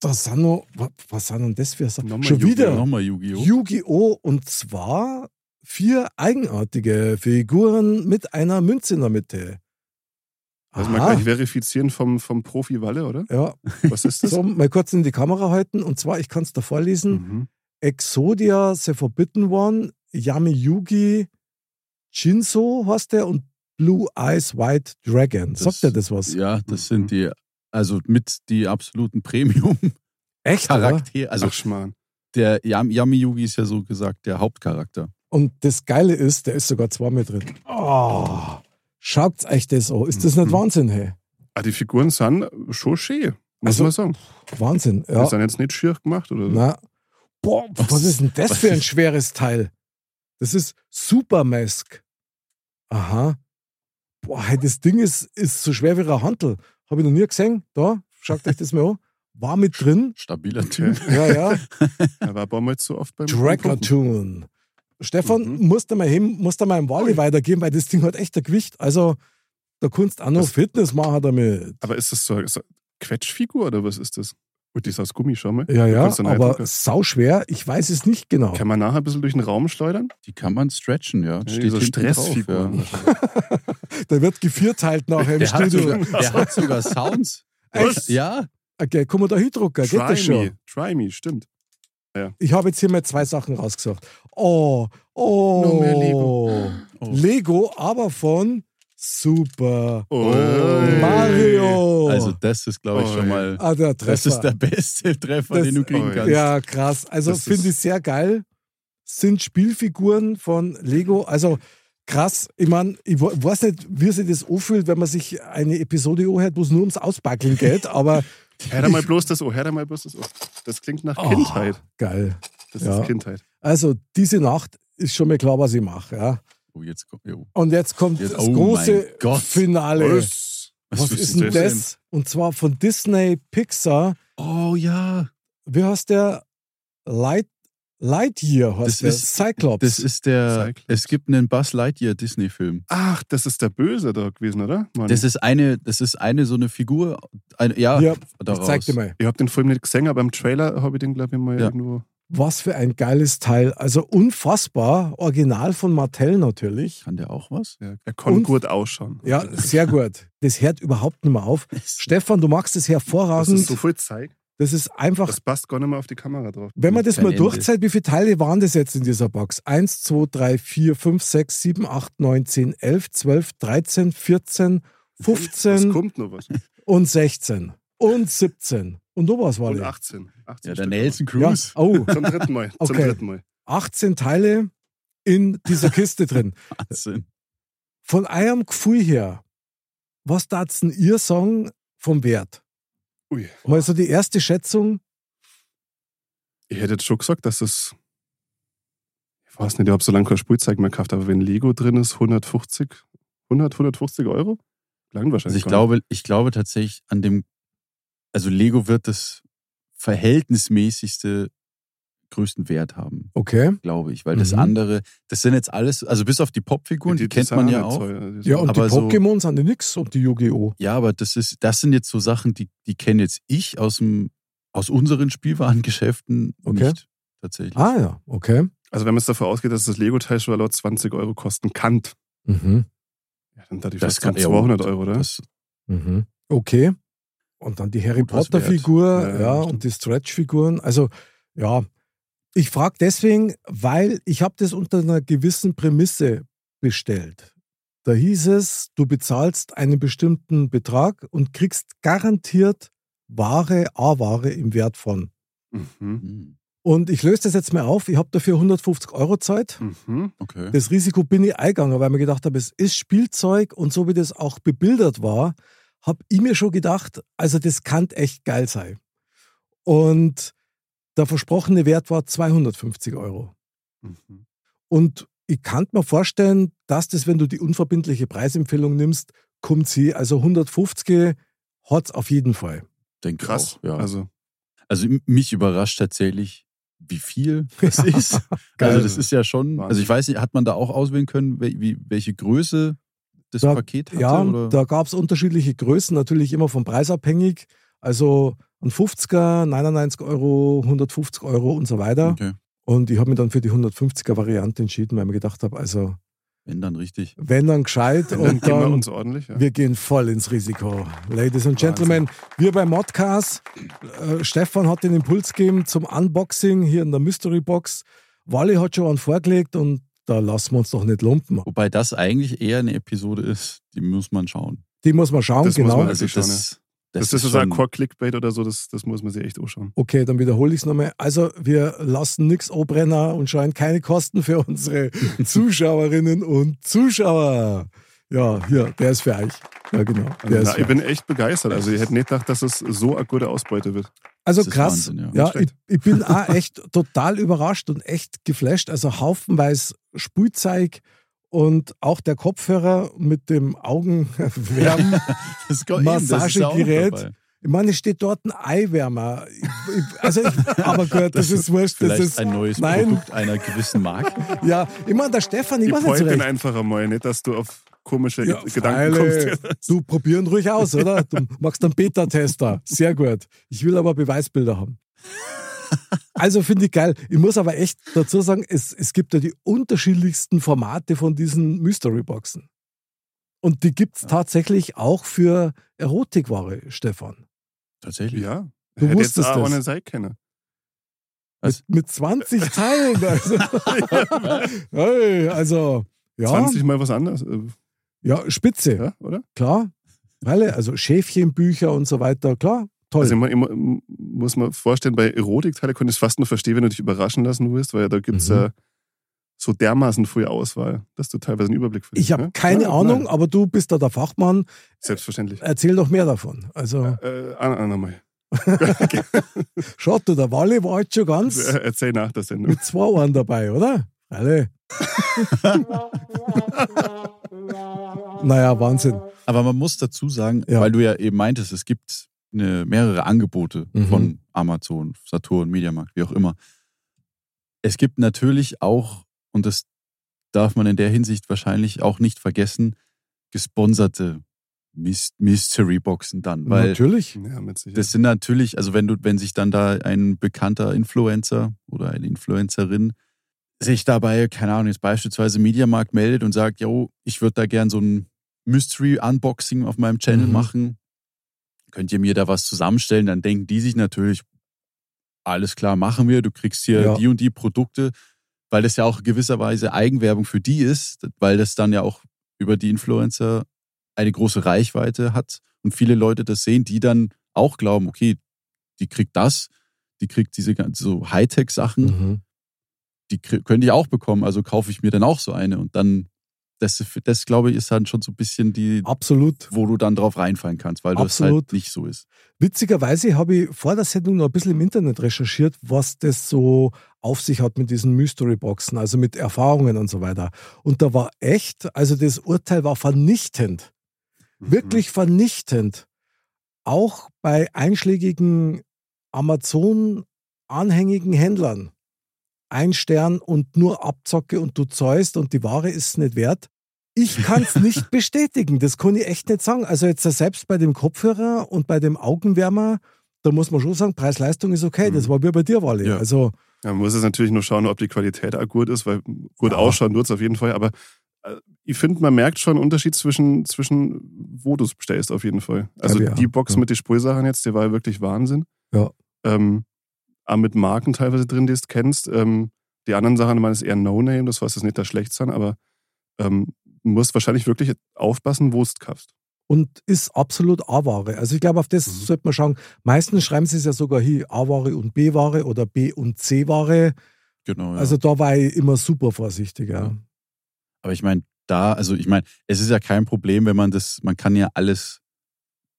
Speaker 1: das sind noch, wa- was sind denn das für Sachen?
Speaker 3: Nochmal
Speaker 1: Schon
Speaker 3: Yu-Gi-Oh!
Speaker 1: wieder
Speaker 2: Nochmal Yu-Gi-Oh!
Speaker 1: Yu-Gi-Oh! Und zwar vier eigenartige Figuren mit einer Münze in der Mitte.
Speaker 3: Also mal gleich verifizieren vom, vom Profi Walle, oder?
Speaker 1: ja,
Speaker 3: Was ist das?
Speaker 1: so mal kurz in die Kamera halten. Und zwar, ich kann es da vorlesen:
Speaker 3: Mhm.
Speaker 1: Exodia, The Forbidden One, Yami Yugi, Jinso heißt der und Blue Eyes White Dragon.
Speaker 2: Das-
Speaker 1: Sagt dir das was?
Speaker 2: Ja, das sind
Speaker 3: Mhm.
Speaker 2: die, also mit die absoluten Premium-Charaktere.
Speaker 1: Echt? oder?
Speaker 2: Also
Speaker 3: Ach, Schmarrn.
Speaker 2: der Yam Yami Yugi ist ja so gesagt der Hauptcharakter.
Speaker 1: Und das Geile ist, der ist sogar zweimal drin. Oh, schaut's euch das an. Ist das nicht
Speaker 3: Mhm.
Speaker 1: Wahnsinn, hey?
Speaker 3: Ah, die Figuren sind schon schön, muss
Speaker 1: Also,
Speaker 3: man sagen.
Speaker 1: Wahnsinn,
Speaker 3: Ja.
Speaker 1: ja.
Speaker 3: Ist dann jetzt nicht schier gemacht oder so?
Speaker 1: Na, boah, was, ist denn das
Speaker 2: was
Speaker 1: für ein
Speaker 2: ist-
Speaker 1: schweres Teil? Das ist Supermask. Aha. boah, hey, das Ding ist, ist so schwer wie ein Hantel. Habe ich noch nie gesehen. Da, schaut euch das mal an. War mit drin.
Speaker 2: Stabiler Typ.
Speaker 1: Ja, ja.
Speaker 3: Er war Bommel zu oft beim
Speaker 1: Tracker Tune. Stefan, musst du mal hin, musst du mal im Wally weitergeben, weil das Ding hat echt ein Gewicht. Also, da kannst du auch noch
Speaker 3: Das-
Speaker 1: Fitness machen damit.
Speaker 3: Aber ist das so, ist das Quetschfigur oder was ist das? Und die ist aus Gummi, schau mal.
Speaker 1: Ja, ja,
Speaker 3: kannst du einen
Speaker 1: aber
Speaker 3: Eindruck-
Speaker 1: sauschwer. Ich weiß es nicht genau.
Speaker 3: Kann man nachher ein bisschen durch den Raum schleudern?
Speaker 2: Die kann man stretchen, ja.
Speaker 3: Ja,
Speaker 2: Steht
Speaker 3: so
Speaker 2: hinten
Speaker 3: Stressfiguren
Speaker 2: Drauf, ja.
Speaker 1: Da wird gevierteilt nachher im
Speaker 2: Der, hat
Speaker 1: Studio.
Speaker 2: sogar, der hat sogar Sounds.
Speaker 1: Echt?
Speaker 2: Ja.
Speaker 1: Okay, komm mal da hindrucken, geht das
Speaker 3: Try
Speaker 1: schon?
Speaker 3: me, try me, stimmt.
Speaker 1: Ich habe jetzt hier mal zwei Sachen rausgesagt. Oh, oh.
Speaker 3: Nur mehr Lego.
Speaker 2: Oh.
Speaker 1: Lego, aber von Super
Speaker 2: Oh.
Speaker 3: Oh. Ui.
Speaker 1: Mario.
Speaker 2: Also das ist, glaube ich,
Speaker 3: Oh,
Speaker 2: schon
Speaker 3: ja.
Speaker 2: mal.
Speaker 1: Oh. ah, der Treffer.
Speaker 2: Das ist der beste Treffer,
Speaker 1: Das-
Speaker 2: den du kriegen
Speaker 3: oh,
Speaker 2: kannst.
Speaker 1: ja, krass. Also
Speaker 3: Das
Speaker 1: finde ich
Speaker 3: ist-
Speaker 1: sehr geil. Sind Spielfiguren von Lego. Also krass. Ich meine, ich we- weiß nicht, wie sich das anfühlt, wenn man sich eine Episode anhört, wo es nur ums Ausbackeln geht, aber
Speaker 3: Hör da mal bloß das Ohr, hör da mal bloß das Ohr. Das klingt nach
Speaker 1: Oh,
Speaker 3: Kindheit.
Speaker 1: geil.
Speaker 3: Das
Speaker 1: ja.
Speaker 3: ist Kindheit.
Speaker 1: Also diese Nacht ist schon mal klar, was ich mache. Ja.
Speaker 2: Oh, jetzt kommt. Jo.
Speaker 1: Und jetzt kommt
Speaker 2: Jetzt-
Speaker 1: das
Speaker 2: oh
Speaker 1: große
Speaker 2: mein Gott.
Speaker 1: Finale.
Speaker 3: Was?
Speaker 1: Was, ist denn das? Und zwar von Disney Pixar.
Speaker 2: Oh ja.
Speaker 1: Wie heißt der? Light, Lightyear heißt
Speaker 2: Das
Speaker 1: der.
Speaker 2: ist-
Speaker 1: Cyclops.
Speaker 2: Das ist der.
Speaker 3: Cyclops.
Speaker 2: Es gibt einen Buzz Lightyear Disney-Film.
Speaker 3: Ach, das ist der Böse da gewesen, oder? Mann.
Speaker 2: Das ist eine, das ist eine so eine Figur. Eine, ja,
Speaker 1: Ja, ich
Speaker 2: daraus.
Speaker 1: zeig dir mal.
Speaker 3: ich habe den Film nicht gesehen, aber im Trailer habe ich den, glaube ich, mal
Speaker 2: Ja.
Speaker 3: irgendwo.
Speaker 1: Was für ein geiles Teil. Also unfassbar. Original von Mattel natürlich.
Speaker 2: Kann der auch was?
Speaker 3: Ja, er konnte
Speaker 1: Und-
Speaker 3: gut ausschauen.
Speaker 1: Ja, sehr gut. Das hört überhaupt nicht mehr auf. Stefan, du machst es
Speaker 3: Das
Speaker 1: hervorragend.
Speaker 3: ist so viel Zeit.
Speaker 1: einfach,
Speaker 3: Das passt gar nicht mehr auf die Kamera drauf.
Speaker 1: wenn man das
Speaker 2: Kein
Speaker 1: mal
Speaker 2: Ende.
Speaker 1: durchzählt, wie viele Teile waren das jetzt in dieser Box? 1, 2, 3, 4, 5, 6, 7, 8, 9, 10, 11, 12, 13, 14,
Speaker 3: Es
Speaker 1: 15
Speaker 3: kommt noch was.
Speaker 1: und 16 und 17. Und du was war
Speaker 3: Und
Speaker 1: das?
Speaker 3: 18. 18
Speaker 2: Ja, der
Speaker 3: Stück.
Speaker 2: Nelson
Speaker 1: Ja,
Speaker 2: Cruz.
Speaker 1: oh,
Speaker 3: Zum dritten Mal. Zum
Speaker 1: Okay.
Speaker 3: dritten Mal.
Speaker 1: 18 Teile in dieser Kiste drin.
Speaker 2: Wahnsinn.
Speaker 1: Von eurem Gefühl her, was tat's denn ihr sagen vom Wert?
Speaker 3: Ui.
Speaker 1: Mal so die erste Schätzung,
Speaker 3: Ich hätte jetzt schon gesagt, dass es. Ich weiß nicht, ich habe so lange kein Spielzeug mehr gekauft, aber wenn Lego drin ist, 150, 100, 150 Euro? Lang
Speaker 2: Also
Speaker 3: wahrscheinlich.
Speaker 2: ich
Speaker 3: gar nicht.
Speaker 2: glaube, ich glaube tatsächlich an dem, also Lego wird das verhältnismäßigste größten Wert haben,
Speaker 1: okay.
Speaker 2: glaube ich, weil das
Speaker 1: Mhm.
Speaker 2: andere, das sind jetzt alles, also bis auf die Popfiguren, die, kennt
Speaker 3: sind
Speaker 2: man ja
Speaker 3: nicht
Speaker 2: auch.
Speaker 3: teuer. Die
Speaker 1: Ja,
Speaker 3: sind-
Speaker 1: und
Speaker 2: Aber
Speaker 1: die
Speaker 2: so-
Speaker 1: Pokémon sind ja nix und die Yu-Gi-Oh!
Speaker 2: Ja, aber das ist, das sind jetzt so Sachen, die, die kenne jetzt ich aus dem, aus unseren Spielwarengeschäften
Speaker 1: Okay.
Speaker 2: nicht tatsächlich.
Speaker 1: Ah ja, okay.
Speaker 3: also wenn man es davon ausgeht, dass das Lego-Teil schon laut 20 Euro kosten kann,
Speaker 1: Mhm.
Speaker 3: ja, dann da die
Speaker 2: Das
Speaker 3: vielleicht um
Speaker 2: kann- ja,
Speaker 3: 200 Euro, oder?
Speaker 2: Das,
Speaker 1: Mhm. Okay. Und dann die Harry
Speaker 2: Gut, was
Speaker 1: Potter-Figur,
Speaker 3: wert. Ja,
Speaker 1: ja,
Speaker 3: ja, stimmt.
Speaker 1: und die Stretch-Figuren. Also, ja, ich frage deswegen, weil ich habe das unter einer gewissen Prämisse bestellt. Da hieß es, du bezahlst einen bestimmten Betrag und kriegst garantiert Ware, A-Ware im Wert von.
Speaker 3: Mhm.
Speaker 2: Hm,
Speaker 1: Und ich löse das jetzt mal auf. Ich habe dafür 150 Euro Zeit.
Speaker 3: Mhm.
Speaker 2: okay.
Speaker 1: Das Risiko bin ich eingegangen, weil ich mir gedacht habe, es ist Spielzeug und so wie das auch bebildert war, habe ich mir schon gedacht, also das kann echt geil sein. Und der versprochene Wert war 250 Euro.
Speaker 3: Mhm.
Speaker 1: Und ich kann mir vorstellen, dass das, wenn du die unverbindliche Preisempfehlung nimmst, kommt sie, also 150 hat es auf jeden Fall.
Speaker 2: Denke
Speaker 3: Krass.
Speaker 2: Auch, ja. also,
Speaker 3: Also,
Speaker 2: m- mich überrascht tatsächlich, wie viel das ist.
Speaker 1: Geil.
Speaker 2: Also das ist ja schon, also ich weiß nicht, hat man da auch auswählen können, wel- wie, welche Größe das
Speaker 1: Da-
Speaker 2: Paket hatte?
Speaker 1: Ja,
Speaker 2: oder?
Speaker 1: da gab es unterschiedliche Größen, natürlich immer vom Preis abhängig. Also ein 50er, 99 Euro, 150 Euro und so weiter.
Speaker 2: okay.
Speaker 1: Und ich habe mich dann für die 150er Variante entschieden, weil ich mir gedacht habe, also
Speaker 2: Wenn dann richtig.
Speaker 1: wenn dann gescheit
Speaker 3: dann
Speaker 1: und
Speaker 3: geben wir
Speaker 1: dann,
Speaker 3: uns ordentlich. Ja.
Speaker 1: wir gehen voll ins Risiko. Ladies and Gentlemen, wir bei Modcast, äh, Stefan hat den Impuls gegeben zum Unboxing hier in der Mystery Box. Wally hat schon einen vorgelegt und da lassen wir uns doch nicht lumpen.
Speaker 2: Wobei das eigentlich eher eine Episode ist, die muss man schauen.
Speaker 1: Die muss man schauen,
Speaker 3: Das muss
Speaker 1: genau.
Speaker 3: man
Speaker 2: Also
Speaker 3: wirklich
Speaker 2: das,
Speaker 3: schauen,
Speaker 2: das,
Speaker 3: Das,
Speaker 2: ist,
Speaker 3: ist so
Speaker 2: schon,
Speaker 3: ein Core-Clickbait oder so, das, das muss man sich echt anschauen.
Speaker 1: Okay, dann wiederhole ich es nochmal. Also, wir lassen nichts obrenner und scheuen keine Kosten für unsere Zuschauerinnen und Zuschauer. Ja, hier, der ist für euch. Ja, genau.
Speaker 3: Also,
Speaker 1: Der ist
Speaker 3: na, ich
Speaker 1: für euch.
Speaker 3: bin echt begeistert. Also ich hätte nicht gedacht, dass es so eine gute Ausbeute wird.
Speaker 1: Also
Speaker 2: Das ist
Speaker 1: krass.
Speaker 2: Wahnsinn, ja.
Speaker 1: ja,
Speaker 3: Nicht
Speaker 1: ich, ich bin auch echt total überrascht und echt geflasht. Also haufenweise Spielzeug Und auch der Kopfhörer mit dem Augenwärmen.
Speaker 2: Das kommt eben, das ist
Speaker 1: Massagegerät.
Speaker 2: auch dabei.
Speaker 1: Ich meine, es steht dort ein Eiwärmer. Ich, ich, also ich, aber gut, das, ist wurscht. Das
Speaker 2: Vielleicht
Speaker 1: ist,
Speaker 2: ein neues
Speaker 1: nein,
Speaker 2: Produkt einer gewissen Marke.
Speaker 1: Ja, ich meine, der Stefan, ich
Speaker 3: Die
Speaker 1: weiß nicht so
Speaker 3: Pointen
Speaker 1: recht.
Speaker 3: einfach einmal, nicht, dass du auf komische
Speaker 1: Ja,
Speaker 3: Gedanken
Speaker 1: Feile.
Speaker 3: kommst.
Speaker 1: Du probieren ruhig aus, oder? Du machst einen Beta-Tester. Sehr gut. Ich will aber Beweisbilder haben. Also finde ich geil. Ich muss aber echt dazu sagen, es, es gibt ja die unterschiedlichsten Formate von diesen Mystery-Boxen. Und die gibt es tatsächlich auch für Erotikware, Stefan.
Speaker 2: Tatsächlich.
Speaker 3: Ja.
Speaker 1: Du
Speaker 3: Hätte
Speaker 1: wusstest
Speaker 3: jetzt auch
Speaker 1: das.
Speaker 3: eine Seite kennen.
Speaker 2: Was?
Speaker 1: Mit, mit 20 Teilen. Also, hey, also ja,
Speaker 3: 20 mal was anderes. äh,
Speaker 1: ja, spitze.
Speaker 3: Ja, oder?
Speaker 1: klar. Alle, also Schäfchenbücher und so weiter, klar, toll.
Speaker 3: Also man immer, muss man vorstellen, bei Erotikteile könntest du fast nur verstehen, wenn du dich überraschen lassen willst, weil da gibt es
Speaker 1: Mhm.
Speaker 3: ja so dermaßen viel Auswahl, dass du teilweise einen Überblick verlierst.
Speaker 1: ich habe
Speaker 3: ne?
Speaker 1: keine
Speaker 3: Nein,
Speaker 1: Ahnung,
Speaker 3: nein,
Speaker 1: aber du bist da der Fachmann.
Speaker 3: Selbstverständlich.
Speaker 1: Erzähl doch mehr davon. Also,
Speaker 3: Äh, an, an einmal.
Speaker 1: schaut du, der Walle war heute schon
Speaker 3: Äh,
Speaker 1: ganz
Speaker 3: Erzähl nach der Sendung.
Speaker 1: mit zwei Ohren dabei, oder? Alle. naja, Wahnsinn.
Speaker 2: Aber man muss dazu sagen,
Speaker 1: Ja.
Speaker 2: weil du ja eben meintest, es gibt eine, mehrere Angebote
Speaker 1: Mhm.
Speaker 2: von Amazon, Saturn, Mediamarkt, wie auch immer. Es gibt natürlich auch, und das darf man in der Hinsicht wahrscheinlich auch nicht vergessen, gesponserte Mys- Mystery-Boxen dann. Weil
Speaker 1: Natürlich.
Speaker 3: Ja, mit Sicherheit.
Speaker 2: das sind natürlich, also wenn du, wenn sich dann da ein bekannter Influencer oder eine Influencerin sich dabei, keine Ahnung, jetzt beispielsweise Mediamarkt meldet und sagt, yo, ich würde da gern so ein Mystery-Unboxing auf meinem Channel
Speaker 1: Mhm.
Speaker 2: machen, könnt ihr mir da was zusammenstellen, dann denken die sich natürlich, alles klar, machen wir, du kriegst hier
Speaker 1: Ja.
Speaker 2: die und die Produkte, weil das ja auch gewisserweise Eigenwerbung für die ist, weil das dann ja auch über die Influencer eine große Reichweite hat und viele Leute das sehen, die dann auch glauben, okay, die kriegt das, die kriegt diese ganzen so Hightech-Sachen,
Speaker 1: Mhm.
Speaker 2: die krie- könnte ich auch bekommen, also kaufe ich mir dann auch so eine und dann, das, das glaube ich, ist dann schon so ein bisschen die,
Speaker 1: Absolut.
Speaker 2: wo du dann drauf reinfallen kannst, weil das halt
Speaker 1: Absolut.
Speaker 2: nicht so ist.
Speaker 1: Witzigerweise habe ich vor der Sendung noch ein bisschen im Internet recherchiert, was das so auf sich hat mit diesen Mystery-Boxen, also mit Erfahrungen und so weiter. Und da war echt, also das Urteil war vernichtend, Mhm. wirklich vernichtend. Auch bei einschlägigen Amazon-anhängigen Händlern. Ein Stern und nur Abzocke und du zäust und die Ware ist nicht wert. Ich kann es nicht bestätigen, das kann ich echt nicht sagen. Also jetzt selbst bei dem Kopfhörer und bei dem Augenwärmer, da muss man schon sagen, Preis-Leistung ist okay. Das war wie bei dir, Wally.
Speaker 2: Ja.
Speaker 1: Also
Speaker 3: Ja, man muss jetzt natürlich nur schauen, ob die Qualität auch gut ist, weil gut
Speaker 1: Ja.
Speaker 3: ausschauen wird es auf jeden Fall. Aber äh, ich finde, man merkt schon einen Unterschied zwischen, zwischen wo du es bestellst, auf jeden Fall. Also
Speaker 1: Glaube ich
Speaker 3: die
Speaker 1: auch,
Speaker 3: Box
Speaker 1: ja.
Speaker 3: mit den Sprühsachen jetzt, die war ja wirklich Wahnsinn.
Speaker 1: Ja.
Speaker 3: Ähm, auch mit Marken teilweise drin, die du kennst. Ähm, die anderen Sachen, man ist eher No-Name, das heißt, es nicht da schlecht sein, aber ähm, du musst wahrscheinlich wirklich aufpassen, wo du es kaufst.
Speaker 1: und ist absolut A-Ware. Also ich glaube, auf das sollte man schauen. Meistens schreiben sie es ja sogar hier A-Ware und B-Ware oder B- und C-Ware.
Speaker 2: Genau. Ja.
Speaker 1: Also da war ich immer super vorsichtig. Ja.
Speaker 2: Aber ich meine, da, also ich meine, es ist ja kein Problem, wenn man das, man kann ja alles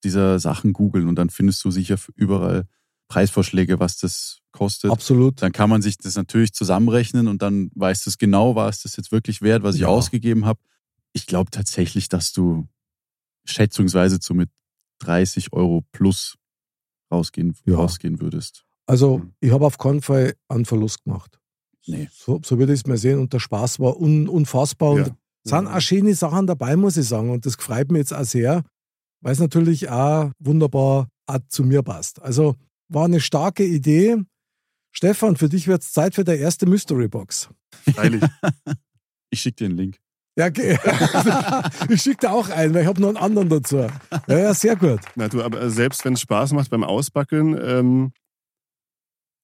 Speaker 2: dieser Sachen googeln und dann findest du sicher überall Preisvorschläge, was das kostet.
Speaker 1: Absolut.
Speaker 2: Dann kann man sich das natürlich zusammenrechnen und dann weißt du es genau, war es das jetzt wirklich wert, was ich
Speaker 1: Ja.
Speaker 2: ausgegeben habe. Ich glaube tatsächlich, dass du schätzungsweise so mit 30 Euro plus rausgehen,
Speaker 1: Ja.
Speaker 2: rausgehen würdest.
Speaker 1: Also ich habe auf keinen Fall einen Verlust gemacht.
Speaker 2: Nee.
Speaker 1: So, so würde ich es mir sehen und der Spaß war un, unfassbar. Und
Speaker 3: Ja.
Speaker 1: es sind auch schöne Sachen dabei, muss ich sagen. Und das freut mich jetzt auch sehr, weil es natürlich auch wunderbar auch zu mir passt. Also war eine starke Idee. Stefan, für dich wird es Zeit für der erste Mystery Box.
Speaker 3: Freilich.
Speaker 2: Ich schicke dir einen Link.
Speaker 1: Ja, ge- ich schicke dir auch einen, weil ich habe noch einen anderen dazu. Ja, ja, sehr gut.
Speaker 3: Na du, aber äh, selbst wenn es Spaß macht beim Ausbackeln, ähm,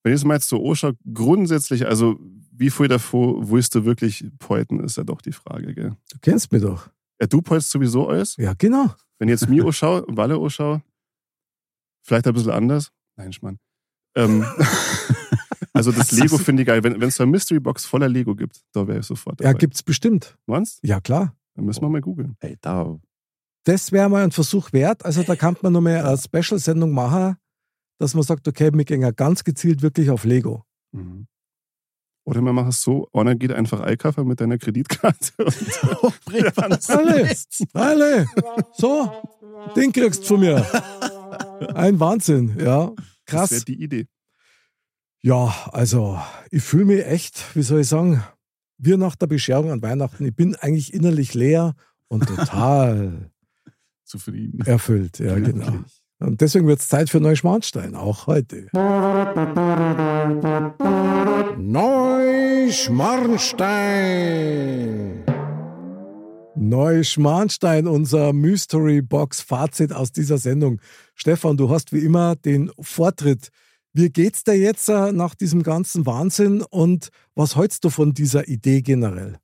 Speaker 3: wenn ich es mal jetzt so anschaue, grundsätzlich, also wie viel davor willst du wirklich poeten, ist ja doch die Frage, gell?
Speaker 1: Du kennst mich doch.
Speaker 3: Ja, du poetst sowieso alles.
Speaker 1: Ja, genau.
Speaker 3: Wenn ich jetzt mir anschaue, Walle anschaue, vielleicht ein bisschen anders. Nein, Schmann. Ähm, also das Lego finde ich geil. Wenn es so eine Mystery-Box voller Lego gibt, da wäre ich sofort dabei.
Speaker 1: Ja, gibt's bestimmt.
Speaker 3: Meinst du?
Speaker 1: Ja, klar.
Speaker 3: Dann müssen wir mal googeln.
Speaker 2: Ey, da
Speaker 1: das wäre mal ein Versuch wert. Also da kann man nochmal eine Special-Sendung
Speaker 3: Mhm.
Speaker 1: machen, dass man sagt, okay, wir gehen ja ganz gezielt wirklich auf Lego.
Speaker 3: Oder man macht es so, Orner geht einfach Eikaffer mit deiner Kreditkarte. Und
Speaker 2: Oh, bring was.
Speaker 1: Alle, alle. So, den kriegst du von mir. Ein Wahnsinn, ja.
Speaker 3: das wäre
Speaker 1: Krass.
Speaker 3: die Idee.
Speaker 1: Ja, also ich fühle mich echt, wie soll ich sagen, wir nach der Bescherung an Weihnachten, ich bin eigentlich innerlich leer und total
Speaker 2: Zufrieden.
Speaker 1: erfüllt. Ja, genau. Und deswegen wird es Zeit für Neuschmarnstein, auch heute.
Speaker 5: Neuschmarnstein.
Speaker 1: Neuschmarnstein, unser Mystery Box Fazit aus dieser Sendung. Stefan, du hast wie immer den Vortritt. Wie geht's dir jetzt äh, nach diesem ganzen Wahnsinn und was hältst du von dieser Idee generell?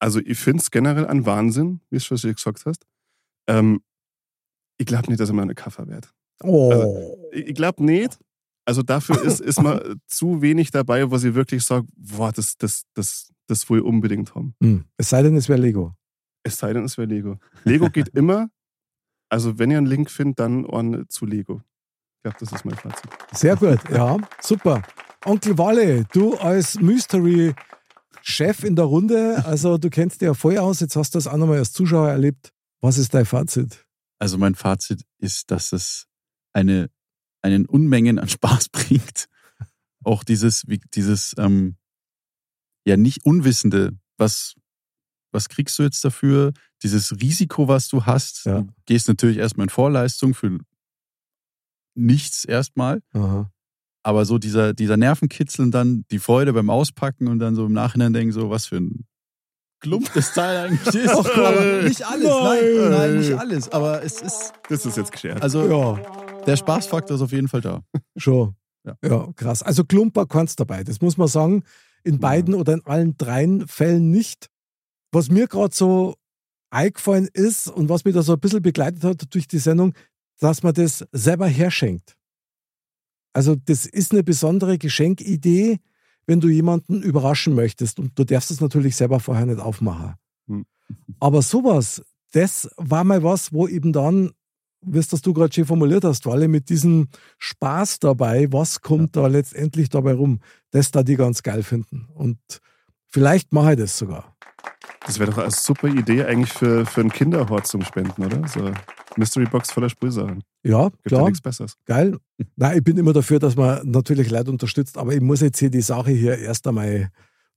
Speaker 3: Also ich finde es generell ein Wahnsinn, wie es schon gesagt hast. Ähm, ich glaube nicht, dass er mal eine Kaffer wert.
Speaker 1: Oh,
Speaker 3: Ich, ich glaube nicht. Also dafür ist, ist mal zu wenig dabei, wo sie wirklich sagt, boah, das, das, das, das will ich unbedingt haben.
Speaker 1: hm. es sei denn, es wäre Lego.
Speaker 3: Es sei denn, es wäre Lego. Lego geht immer. Also wenn ihr einen Link findet, dann on zu Lego. Ich glaube, das ist mein Fazit.
Speaker 1: Sehr gut, ja, super. Onkel Walle, du als Mystery Chef in der Runde, also du kennst dich ja voll aus, jetzt hast du das auch nochmal als Zuschauer erlebt. Was ist dein Fazit?
Speaker 2: Also mein Fazit ist, dass es eine, einen Unmengen an Spaß bringt. Auch dieses, wie- dieses ähm, ja nicht Unwissende, was, was kriegst du jetzt dafür? Dieses Risiko, was du hast.
Speaker 1: Ja.
Speaker 2: Du gehst natürlich erstmal in Vorleistung für nichts erstmal.
Speaker 1: Aha.
Speaker 2: Aber so dieser, dieser Nervenkitzeln dann, die Freude beim Auspacken und dann so im Nachhinein denken, so was für ein Klump das Teil eigentlich ist. Äh.
Speaker 1: Ach, Gott.
Speaker 2: Oh Aber nicht alles, nein,
Speaker 1: Nein.
Speaker 2: nein, nicht alles. Aber es ist,
Speaker 3: Das ist jetzt geschert.
Speaker 2: also
Speaker 1: Ja.
Speaker 2: der Spaßfaktor ist auf jeden Fall da.
Speaker 1: Schon. Ja.
Speaker 2: Ja.
Speaker 1: krass. Also Klumper kannst dabei. Das muss man sagen. In beiden oder in allen dreien Fällen nicht. Was mir gerade so eingefallen ist und was mich da so ein bisschen begleitet hat durch die Sendung, dass man das selber herschenkt. Also das ist eine besondere Geschenkidee, wenn du jemanden überraschen möchtest. Und du darfst es natürlich selber vorher nicht aufmachen.
Speaker 3: Hm.
Speaker 1: Aber sowas, das war mal was, wo eben dann, wie es das du gerade schön formuliert hast, Walle, mit diesem Spaß dabei, was kommt da letztendlich dabei rum, das da die ganz geil finden. Und vielleicht mache ich das sogar.
Speaker 3: Das wäre doch eine super Idee eigentlich für, für einen Kinderhort zum Spenden, oder? So Mystery Box voller Sprühsachen.
Speaker 1: Ja,
Speaker 3: Gibt ja
Speaker 1: klar,
Speaker 3: nichts Besseres.
Speaker 1: geil. Nein, ich bin immer dafür, dass man natürlich Leute unterstützt, aber ich muss jetzt hier die Sache hier erst einmal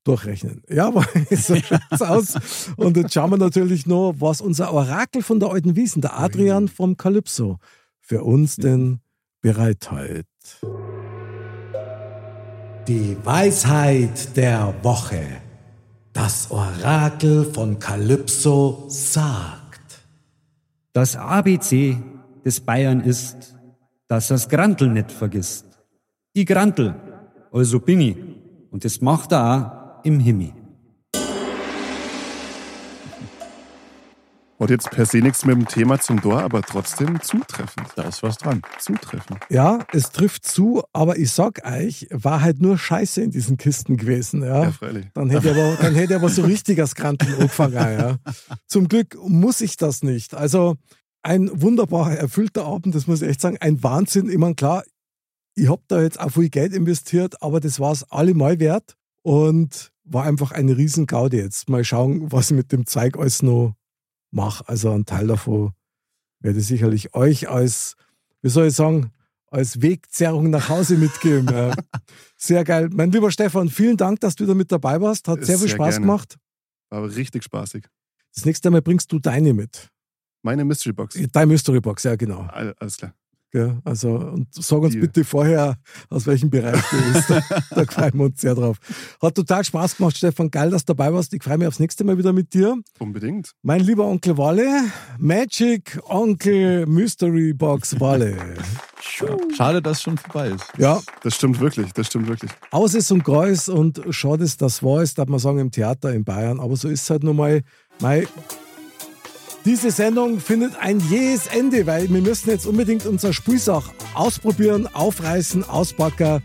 Speaker 1: durchrechnen. Ja, aber so schaut's aus. Und jetzt schauen wir natürlich noch, was unser Orakel von der alten Wiesen, der Adrian vom Calypso, für uns
Speaker 5: Mhm.
Speaker 1: denn bereithält.
Speaker 5: Die Weisheit der Woche. Das Orakel von Kalypso sagt.
Speaker 6: Das ABC des Bayern ist, dass das Grantl nicht vergisst. Ich Grantl, also bin ich. Und das macht er auch im Himmel.
Speaker 3: Hat jetzt per se nichts mit dem Thema zum Tor, aber trotzdem zutreffend.
Speaker 2: Da ist was dran.
Speaker 3: Zutreffend.
Speaker 1: Ja, es trifft zu, aber ich sag euch, war halt nur Scheiße in diesen Kisten gewesen. Ja,
Speaker 3: Ja, freilich.
Speaker 1: Dann hätte er aber, dann hätte er aber so richtig als Kranten angefangen. Ja. Zum Glück muss ich das nicht. Also ein wunderbar erfüllter Abend, das muss ich echt sagen. Ein Wahnsinn. Ich meine, klar, ich habe da jetzt auch viel Geld investiert, aber das war es allemal wert und war einfach eine Riesengaude jetzt. Mal schauen, was ich mit dem Zeug alles noch mache. Also ein Teil davon werde ich sicherlich euch als, wie soll ich sagen, als Wegzerrung nach Hause mitgeben. ja. Sehr geil. Mein lieber Stefan, vielen Dank, dass du wieder mit dabei warst. Hat sehr viel
Speaker 3: Sehr
Speaker 1: Spaß
Speaker 3: gerne.
Speaker 1: gemacht.
Speaker 3: War aber richtig spaßig.
Speaker 1: Das nächste Mal bringst du deine mit.
Speaker 3: Meine Mystery Box.
Speaker 1: Dein Mystery Box, ja genau.
Speaker 3: All- Alles klar.
Speaker 1: Gell? Also und sag uns
Speaker 3: Die.
Speaker 1: bitte vorher, aus welchem Bereich du bist. da freuen wir uns sehr drauf. Hat total Spaß gemacht, Stefan. Geil, dass du dabei warst. Ich freue mich aufs nächste Mal wieder mit dir.
Speaker 3: Unbedingt.
Speaker 1: Mein lieber Onkel Walle, Magic Onkel Mystery Box Walle.
Speaker 2: Schade, dass es schon vorbei ist.
Speaker 1: Ja,
Speaker 3: Das stimmt wirklich. Das stimmt wirklich.
Speaker 1: aus ist und Kreuz und schaut es, das war es, darf man sagen, im Theater in Bayern. Aber so ist es halt nun mal. Mei. Diese Sendung findet ein jähes Ende, weil wir müssen jetzt unbedingt unser Spielsach ausprobieren, aufreißen, auspacken.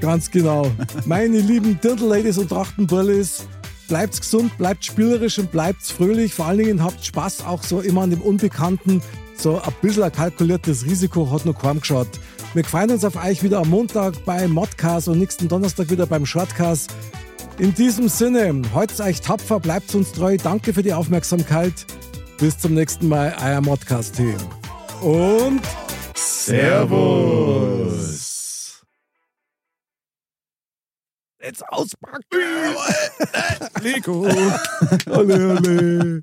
Speaker 1: Ganz genau. Meine lieben Dirndl-Ladies und Trachtenbrillis, bleibt's gesund, bleibt spielerisch und bleibt's fröhlich. Vor allen Dingen habt Spaß auch so immer an dem Unbekannten. So ein bisschen ein kalkuliertes Risiko hat noch kaum geschaut. Wir freuen uns auf euch wieder am Montag bei Modcast und nächsten Donnerstag wieder beim Shortcast. In diesem Sinne, halt's euch tapfer, bleibt uns treu. Danke für die Aufmerksamkeit. Bis zum nächsten Mal, euer Modcast-Team. Und
Speaker 2: Servus.
Speaker 1: jetzt auspacken! Lego! Alle, alle.